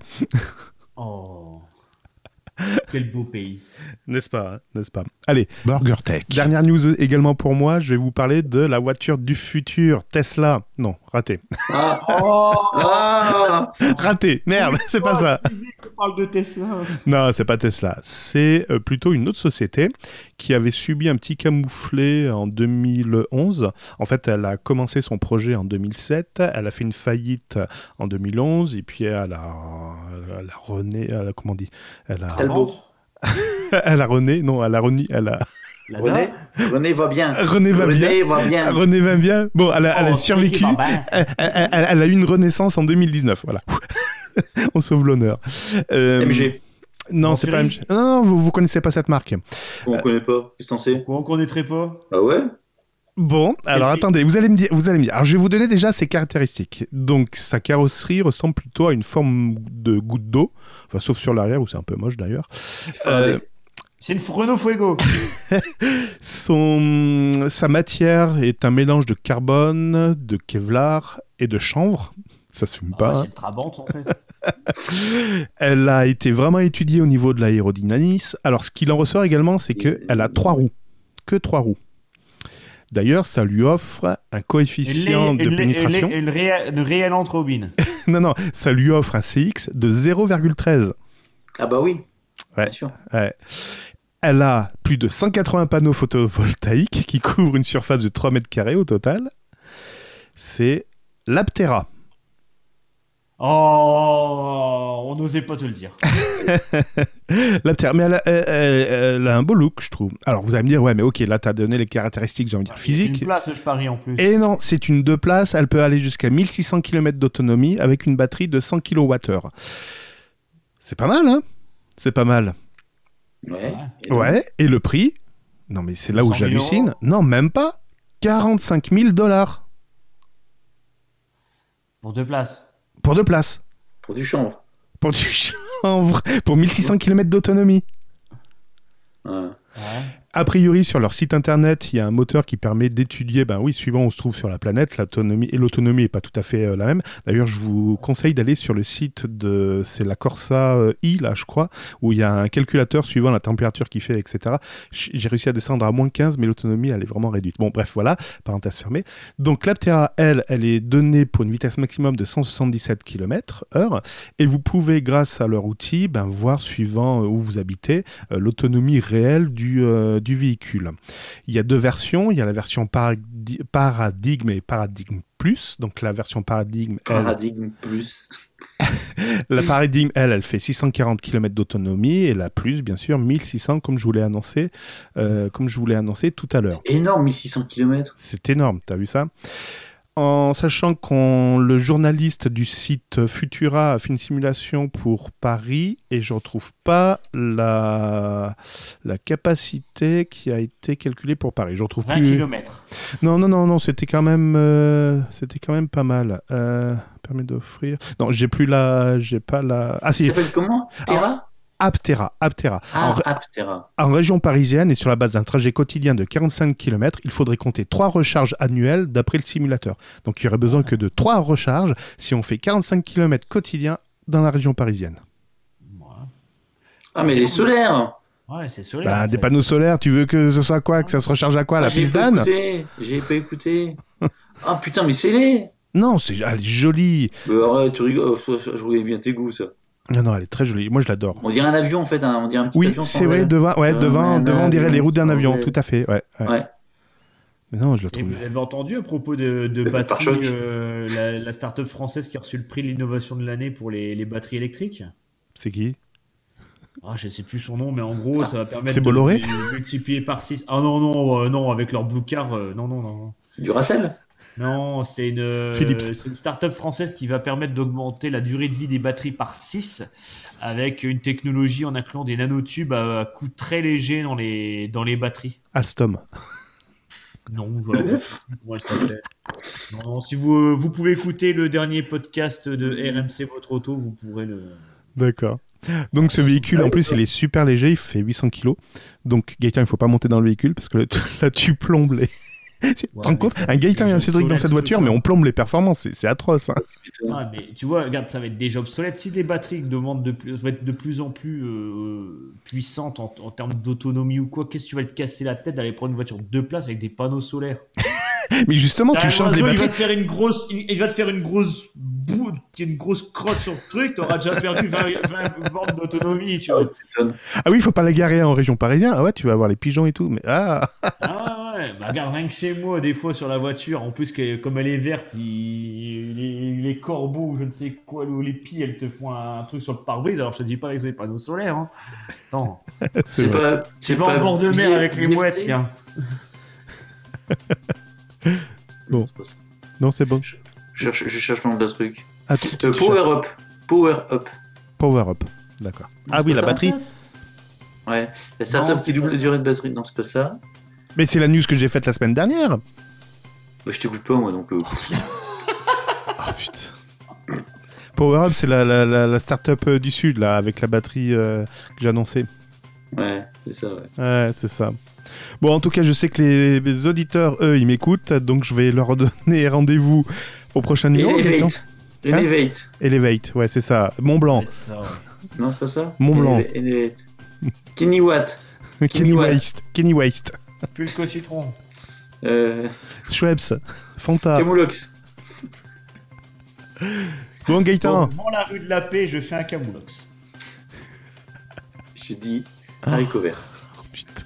Speaker 5: Oh, quel beau pays.
Speaker 1: N'est-ce pas, hein n'est-ce pas Allez,
Speaker 4: Burger Tech.
Speaker 1: dernière news également pour moi, je vais vous parler de la voiture du futur, Tesla. Non, raté.
Speaker 3: Ah,
Speaker 5: Oh,
Speaker 3: ah
Speaker 1: Raté, merde, c'est pas ça.
Speaker 5: on parle de Tesla.
Speaker 1: Non, c'est pas Tesla. C'est euh, plutôt une autre société qui avait subi un petit camouflet en 2011. En fait, elle a commencé son projet en 2007. Elle a fait une faillite en 2011 et puis elle a, elle a rené, elle a- comment on dit Elle a,
Speaker 3: Talbot.
Speaker 1: elle a rené, non, elle a rené, elle a
Speaker 5: La
Speaker 3: René, René va bien.
Speaker 1: René va bien.
Speaker 3: René va bien.
Speaker 1: René va bien. Bon, elle a,
Speaker 5: Oh,
Speaker 1: elle a survécu. Elle, elle- elle- elle a eu une renaissance en 2019. Voilà. On sauve l'honneur. Euh,
Speaker 3: MG.
Speaker 1: Non,
Speaker 5: En
Speaker 1: c'est pas
Speaker 5: série
Speaker 1: MG. Non, non, vous, vous connaissez pas cette marque. euh,
Speaker 3: On connaît pas. Qu'est-ce que t'en sais
Speaker 5: Qu'on connaîtrait pas.
Speaker 3: Ah ouais
Speaker 1: Bon, alors
Speaker 5: prix
Speaker 1: attendez, vous allez me dire, vous allez me dire. Alors, je vais vous donner déjà ses caractéristiques. Donc, sa carrosserie ressemble plutôt à une forme de goutte d'eau, enfin, sauf sur l'arrière où c'est un peu moche d'ailleurs. Euh,
Speaker 5: C'est une Renault Fuego.
Speaker 1: Son, sa matière est un mélange de carbone, de Kevlar et de chanvre. Ça se fume
Speaker 5: Ah,
Speaker 1: pas. hein.
Speaker 5: c'est une Trabant en fait.
Speaker 1: Elle a été vraiment étudiée au niveau de l'aérodynamisme. Alors, ce qu'il en ressort également, c'est qu'elle a trois roues. Que trois roues. D'ailleurs, ça lui offre un coefficient de pénétration.
Speaker 5: Une réelle antrobine.
Speaker 1: Non, non, ça lui offre un CX de 0,13.
Speaker 3: Ah bah oui.
Speaker 1: Ouais.
Speaker 3: Bien sûr.
Speaker 1: Elle a plus de 180 panneaux photovoltaïques qui couvrent une surface de 3 mètres carrés au total. C'est l'Aptera.
Speaker 5: Oh, on n'osait pas te le dire.
Speaker 1: La terre, mais elle a, elle- elle- elle a un beau look, je trouve. Alors vous allez me dire, ouais, mais ok, là t'as donné les caractéristiques, j'ai envie de dire
Speaker 5: Une
Speaker 1: physique.
Speaker 5: place, je parie en plus.
Speaker 1: Et non, c'est une deux places, elle peut aller jusqu'à 1600 km d'autonomie avec une batterie de 100 kWh. C'est pas mal, hein C'est pas mal.
Speaker 3: Ouais. Et donc,
Speaker 1: Ouais, et le prix Non, mais c'est là où
Speaker 5: 100 000
Speaker 1: j'hallucine.
Speaker 5: euros.
Speaker 1: Non, même pas 45 000 dollars
Speaker 5: Pour deux places.
Speaker 1: pour deux places.
Speaker 3: Pour du chanvre.
Speaker 1: Pour du chanvre, pour 1600 km d'autonomie.
Speaker 3: Ouais.
Speaker 1: A priori, sur leur site internet, il y a un moteur qui permet d'étudier, ben oui, suivant où on se trouve sur la planète, l'autonomie et l'autonomie n'est pas tout à fait euh, la même. D'ailleurs, je vous conseille d'aller sur le site de, c'est la Corsa euh, I, là, je crois, où il y a un calculateur suivant la température qu'il fait, etc. J- J'ai réussi à descendre à moins 15, mais l'autonomie, elle est vraiment réduite. Bon, bref, voilà, parenthèse fermée. Donc, l'Aptera, elle, elle est donnée pour une vitesse maximum de 177 km heure, et vous pouvez, grâce à leur outil, ben, voir suivant euh, où vous habitez, euh, l'autonomie réelle du, euh, du véhicule. Il y a deux versions. Il y a la version paradi- paradigme et paradigme plus. Donc la version paradigme, elle,
Speaker 3: Paradigme plus.
Speaker 1: la paradigme, elle, elle fait 640 km d'autonomie et la plus, bien sûr, 1600 comme je vous l'ai annoncé, euh, comme je vous l'ai annoncé tout à l'heure.
Speaker 3: Énorme, 1600 km.
Speaker 1: C'est énorme, t'as vu ça En sachant qu'on le journaliste du site Futura a fait une simulation pour Paris et je retrouve pas la, la capacité qui a été calculée pour Paris. Je retrouve
Speaker 5: 20
Speaker 1: plus.
Speaker 5: km.
Speaker 1: Non non non non, c'était quand même euh, c'était quand même pas mal. Euh, permet d'offrir. Non, j'ai plus la j'ai pas la Ah
Speaker 3: Ça
Speaker 1: si,
Speaker 3: s'appelle comment Terra
Speaker 1: Aptera, Aptera.
Speaker 3: Ah,
Speaker 1: En-
Speaker 3: Aptera.
Speaker 1: en région parisienne et sur la base d'un trajet quotidien de 45 km, il faudrait compter 3 recharges annuelles d'après le simulateur. Donc il y aurait besoin que de 3 recharges si on fait 45 km quotidien dans la région parisienne.
Speaker 5: Ouais,
Speaker 3: Ah, mais les solaires
Speaker 5: Ouais, c'est solide.
Speaker 1: Bah,
Speaker 5: en
Speaker 1: des
Speaker 5: fait.
Speaker 1: panneaux solaires, tu veux que ce soit quoi Que ça se recharge à quoi La
Speaker 3: Ah, J'ai
Speaker 1: piste
Speaker 3: pas
Speaker 1: d'âne
Speaker 3: écouté. J'ai pas écouté. Ah putain, mais c'est les
Speaker 1: Non, c'est elle est jolie.
Speaker 3: Euh, arrête, tu rigoles. Oh, Je voyais bien tes goûts, ça.
Speaker 1: Non, non, elle est très jolie. Moi, je l'adore.
Speaker 3: On dirait un avion, en fait. hein, On dirait un petit
Speaker 1: Oui,
Speaker 3: avion sans
Speaker 1: c'est vrai,
Speaker 3: ailes.
Speaker 1: devant, ouais,
Speaker 3: Euh,
Speaker 1: devant,
Speaker 3: mais
Speaker 1: devant, on
Speaker 3: là,
Speaker 1: dirait les
Speaker 3: non,
Speaker 1: roues d'un
Speaker 3: sans
Speaker 1: avion,
Speaker 3: ailes.
Speaker 1: tout à fait. Ouais, ouais.
Speaker 3: Ouais.
Speaker 1: Mais non, je la
Speaker 5: Et
Speaker 1: trouve.
Speaker 5: vous avez entendu à propos de, de
Speaker 3: Le
Speaker 5: batterie,
Speaker 3: pare-choc.
Speaker 5: euh, la, la start-up française qui a reçu le prix de l'innovation de l'année pour les, les batteries électriques
Speaker 1: C'est qui
Speaker 5: Ah, je sais plus son nom, mais en gros, ça va permettre
Speaker 1: Ah, C'est
Speaker 5: de-
Speaker 1: Bolloré
Speaker 5: de, multiplier par 6. Ah non, non, euh, non, avec leur blue car, euh, non, non, non.
Speaker 3: Du Racel
Speaker 5: Non, c'est une, euh,
Speaker 1: Philips.
Speaker 5: c'est une start-up française qui va permettre d'augmenter la durée de vie des batteries par 6 avec une technologie en incluant des nanotubes à, à coût très léger dans les, dans les batteries.
Speaker 1: Alstom.
Speaker 5: Non, voilà. Moi, ça me plaît. Non, non, si vous, vous pouvez écouter le dernier podcast de RMC Votre Auto, vous pourrez le.
Speaker 1: D'accord. Donc ce véhicule, en plus, il est super léger, il fait 800 kilos. Donc Gaëtan, il faut pas monter dans le véhicule parce que là, tu- là, tu plombes les... Tu te
Speaker 5: Ouais,
Speaker 1: rends
Speaker 5: mais
Speaker 1: compte
Speaker 5: ça,
Speaker 1: Un Gaëtan et un
Speaker 5: je-
Speaker 1: Cédric dans
Speaker 5: je-
Speaker 1: cette voiture, mais on plombe les performances, c'est- c'est atroce. hein.
Speaker 5: Ah, mais tu vois, regarde, ça va être déjà obsolète. Si les batteries demandent de plus, vont être de plus en plus euh, puissantes en, en termes d'autonomie ou quoi, qu'est-ce que tu vas te casser la tête d'aller prendre une voiture de deux places avec des panneaux solaires
Speaker 1: Mais justement,
Speaker 5: T'as
Speaker 1: tu
Speaker 5: Bah, un
Speaker 1: changes les
Speaker 5: oiseau, Il va
Speaker 1: batteries.
Speaker 5: te faire une grosse, il il va te faire une grosse boue, une grosse crotte sur le truc. T'auras déjà perdu 20, 20 bornes d'autonomie, tu vois.
Speaker 1: Ah oui, il faut pas la garer en région parisienne. Ah ouais, tu vas avoir les pigeons et tout. Mais ah,
Speaker 5: Ah ouais, bah regarde, rien que chez moi, des fois sur la voiture, en plus, que- comme elle est verte, il- les, les corbeaux, ou je ne sais quoi, ou les pies, elles te font un truc sur le pare-brise, alors je te dis pas que c'est des panneaux solaires. Hein. Non,
Speaker 1: c'est
Speaker 3: C'est
Speaker 1: vrai.
Speaker 3: pas.
Speaker 5: c'est pas en bord de mer
Speaker 3: billet-
Speaker 5: avec les
Speaker 3: billet-
Speaker 5: mouettes, tiens.
Speaker 1: Bon. Non, c'est bon.
Speaker 3: Je cherche, je cherche le nom de la truc.
Speaker 1: Attends,
Speaker 3: Euh,
Speaker 1: tu cherches.
Speaker 3: power up. Power up.
Speaker 1: Power up. D'accord. Ah oui, la batterie.
Speaker 3: Ouais. La startup
Speaker 5: Non,
Speaker 3: qui
Speaker 5: c'est
Speaker 3: double
Speaker 5: pas-
Speaker 3: la durée de batterie. Non, c'est pas ça.
Speaker 1: Mais c'est la news que j'ai faite la semaine dernière.
Speaker 3: Bah, je t'écoute pas, moi, donc. euh,
Speaker 1: Ah putain. Power up, c'est la, la, la, la start-up euh, du sud, là, avec la batterie euh, que j'annonçais.
Speaker 3: ouais, c'est ça, ouais.
Speaker 1: Ouais, c'est ça. Bon, en tout cas, je sais que les, les auditeurs, eux, ils m'écoutent, donc je vais leur donner rendez-vous au prochain
Speaker 3: Et
Speaker 1: numéro. Gaëtan.
Speaker 3: Elevate. Elevate.
Speaker 1: Elevate, ouais, c'est ça. Mont Blanc,
Speaker 5: Ça, ouais.
Speaker 3: Non, c'est pas ça
Speaker 1: Mont Blanc.
Speaker 3: Eleva- Elevate. Kenny Watt.
Speaker 1: Kenny
Speaker 3: Kenny
Speaker 1: Waste, Kenny Waste,
Speaker 5: Plus qu'au citron.
Speaker 3: Euh,
Speaker 1: Schweppes,
Speaker 3: Ah.
Speaker 1: Fanta.
Speaker 3: Camoulox.
Speaker 1: Bon, Gaëtan,
Speaker 5: Bon, Dans la rue de la paix, je fais un camoulox.
Speaker 3: Je dis haricot vert.
Speaker 1: Oh, Putain,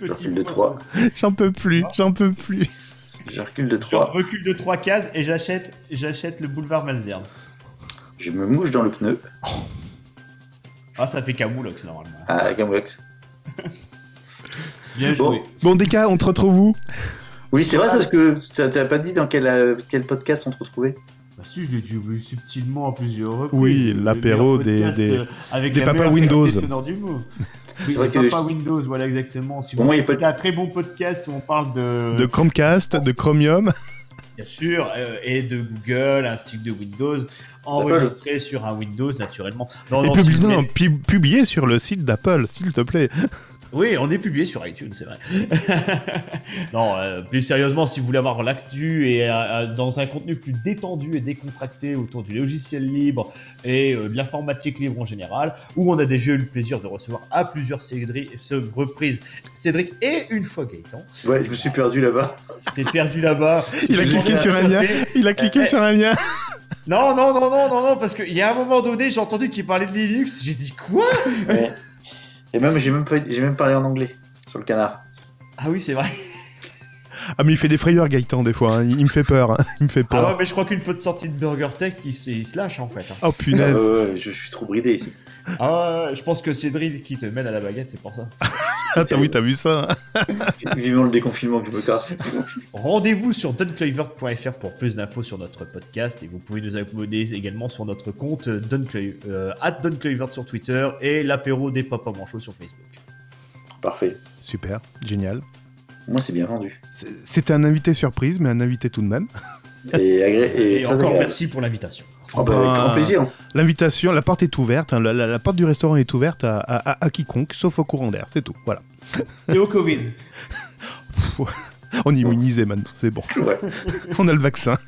Speaker 3: Je
Speaker 5: Petit
Speaker 3: recule de
Speaker 5: poisson.
Speaker 3: trois.
Speaker 1: j'en peux plus, j'en peux plus.
Speaker 3: Je recule de
Speaker 5: Je
Speaker 3: 3.
Speaker 5: recule de trois cases et j'achète j'achète le boulevard Malzerne.
Speaker 3: Je me mouche dans le pneu.
Speaker 5: Ah, ça fait camoulox, normalement.
Speaker 3: Ah, Camoulox.
Speaker 5: Bien
Speaker 3: Bon.
Speaker 5: joué.
Speaker 1: Bon, Deka, on te retrouve où
Speaker 3: Oui, c'est vrai,
Speaker 5: Ah.
Speaker 3: c'est parce que t'as t'as pas dit dans quel, euh, quel podcast on te retrouvait.
Speaker 5: Bah si, je l'ai dit oui, subtilement à plusieurs reprises.
Speaker 1: Oui,
Speaker 5: Le
Speaker 1: l'apéro
Speaker 5: meilleur
Speaker 1: des-
Speaker 5: podcast,
Speaker 1: des-
Speaker 5: euh, avec
Speaker 1: des
Speaker 5: la
Speaker 1: papas
Speaker 5: meilleure
Speaker 1: Windows.
Speaker 5: qualité sonore du mot. Oui,
Speaker 3: vrai
Speaker 5: les
Speaker 3: que-
Speaker 5: papas Windows, voilà exactement. Si
Speaker 3: Pour
Speaker 5: vous
Speaker 3: moi, il y a
Speaker 5: écoutez un très bon podcast où on parle de,
Speaker 1: De Chromecast, de Chromium.
Speaker 5: bien sûr, euh, et de Google ainsi que de Windows, enregistré sur un Windows naturellement. Non,
Speaker 1: Et
Speaker 5: non,
Speaker 1: publié,
Speaker 5: si vous
Speaker 1: non,
Speaker 5: êtes-
Speaker 1: pu- publié sur le site d'Apple, s'il te plaît.
Speaker 5: Oui, on est publié sur iTunes, c'est vrai. non, euh, plus sérieusement, si vous voulez avoir l'actu et euh, dans un contenu plus détendu et décontracté autour du logiciel libre et euh, de l'informatique libre en général, où on a déjà eu le plaisir de recevoir à plusieurs Cédric, se- reprises Cédric et une fois Gaëtan.
Speaker 3: Ouais, je me suis perdu là-bas.
Speaker 5: T'es perdu là-bas.
Speaker 1: Il a
Speaker 5: Je
Speaker 1: cliqué
Speaker 5: demandais
Speaker 1: sur
Speaker 5: à
Speaker 1: un lien.
Speaker 5: Cédric.
Speaker 1: Il a cliqué
Speaker 5: Eh,
Speaker 1: sur un lien.
Speaker 5: Non, non, non, non, non, non, parce qu'il y a un moment donné, j'ai entendu qu'il parlait de Linux. J'ai dit quoi
Speaker 3: Ouais. Et même, j'ai même, pas- j'ai même parlé en anglais sur le canard.
Speaker 5: Ah oui, c'est vrai.
Speaker 1: Ah, mais il fait des frayeurs, Gaëtan, des fois. hein. Il, il me fait peur. hein. Il me fait
Speaker 5: Ah ouais,
Speaker 1: peur.
Speaker 5: mais je crois qu'une fois de sortie de Burger Tech, il se, il se lâche en fait. hein.
Speaker 1: Oh,
Speaker 3: Ah,
Speaker 1: punaise.
Speaker 3: ouais, ouais, je, je suis trop bridé ici.
Speaker 5: Ah, ouais, je pense que Cédric qui te mène à la baguette, c'est pour ça.
Speaker 1: Ah, t'as, oui, t'as vu ça. hein.
Speaker 3: Vivement le déconfinement que je me casse.
Speaker 5: Rendez-vous sur dunflavor.fr pour plus d'infos sur notre podcast et vous pouvez nous abonner également sur notre compte euh, Duncla- euh, at dunclavor sur Twitter et l'apéro des papas manchots sur Facebook.
Speaker 3: Parfait.
Speaker 1: Super, génial.
Speaker 3: Moi, c'est bien vendu.
Speaker 1: C'est- C'était un invité surprise, mais un invité tout de même.
Speaker 3: Et, agré... et,
Speaker 5: Et,
Speaker 3: très
Speaker 5: encore
Speaker 3: agréable.
Speaker 5: merci pour l'invitation.
Speaker 3: Ah bah,
Speaker 1: Ben,
Speaker 3: avec grand plaisir.
Speaker 1: L'invitation, la porte est ouverte. hein. La, la- la porte du restaurant est ouverte à, à- à- à quiconque, sauf au courant d'air. C'est tout. Voilà.
Speaker 5: Et au Covid.
Speaker 1: On est immunisé maintenant. C'est bon.
Speaker 3: Ouais.
Speaker 1: On a le vaccin.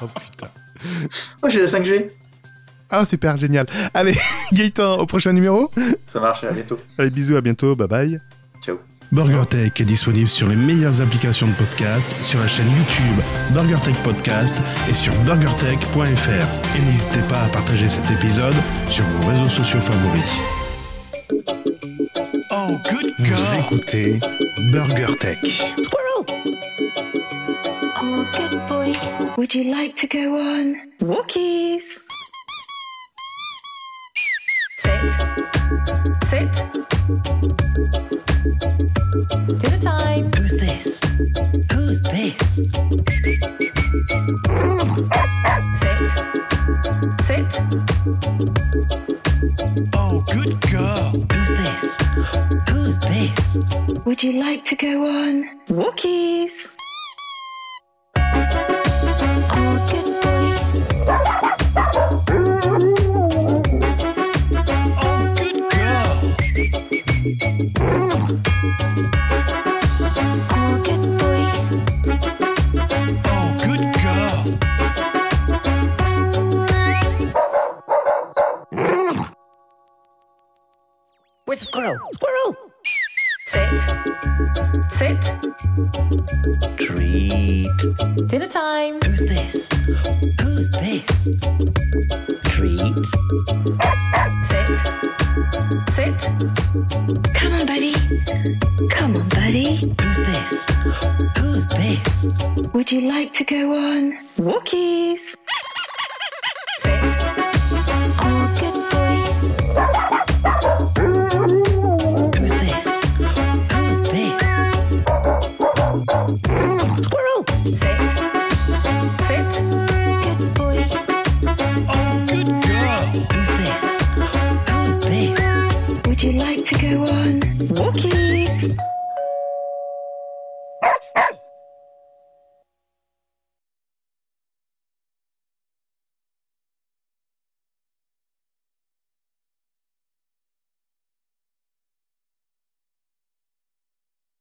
Speaker 1: oh putain.
Speaker 3: Oh, j'ai la 5G.
Speaker 1: Ah, super, génial. Allez, Gaëtan, au prochain numéro.
Speaker 3: Ça marche, à bientôt.
Speaker 1: Allez, bisous, à bientôt. Bye bye.
Speaker 4: BurgerTech est disponible sur les meilleures applications de podcast, sur la chaîne YouTube BurgerTech Podcast et sur burgertech.fr. Et n'hésitez pas à partager cet épisode sur vos réseaux sociaux favoris.
Speaker 6: Oh, good
Speaker 4: Vous
Speaker 6: girl.
Speaker 4: écoutez BurgerTech.
Speaker 2: Squirrel
Speaker 7: Oh, good boy. Would you like to go on walkies?
Speaker 8: sit, sit. To the time.
Speaker 2: Who's this Who's this
Speaker 8: Sit, sit.
Speaker 6: Oh, good girl.
Speaker 2: Who's this Who's this
Speaker 7: Would you like to go on?
Speaker 8: Walkies.
Speaker 7: Oh, good boy.
Speaker 6: Oh, good girl.
Speaker 7: Oh, good boy.
Speaker 6: Oh, good girl.
Speaker 2: Where's the squirrel Squirrel
Speaker 8: Sit, sit.
Speaker 2: Treat
Speaker 8: Dinner time.
Speaker 2: Who's this Who's this Treat
Speaker 8: Sit, sit.
Speaker 7: Come on, buddy. Come on, buddy.
Speaker 2: Who's this Who's this
Speaker 7: Would you like to go on?
Speaker 8: Walkies. Sit,
Speaker 7: Oh, good boy.
Speaker 2: Who's this Who's this Squirrel
Speaker 8: sit, sit.
Speaker 7: Good boy.
Speaker 6: Oh, good girl.
Speaker 2: Who's this Who's this
Speaker 7: Would you like to go on?
Speaker 8: Walkies.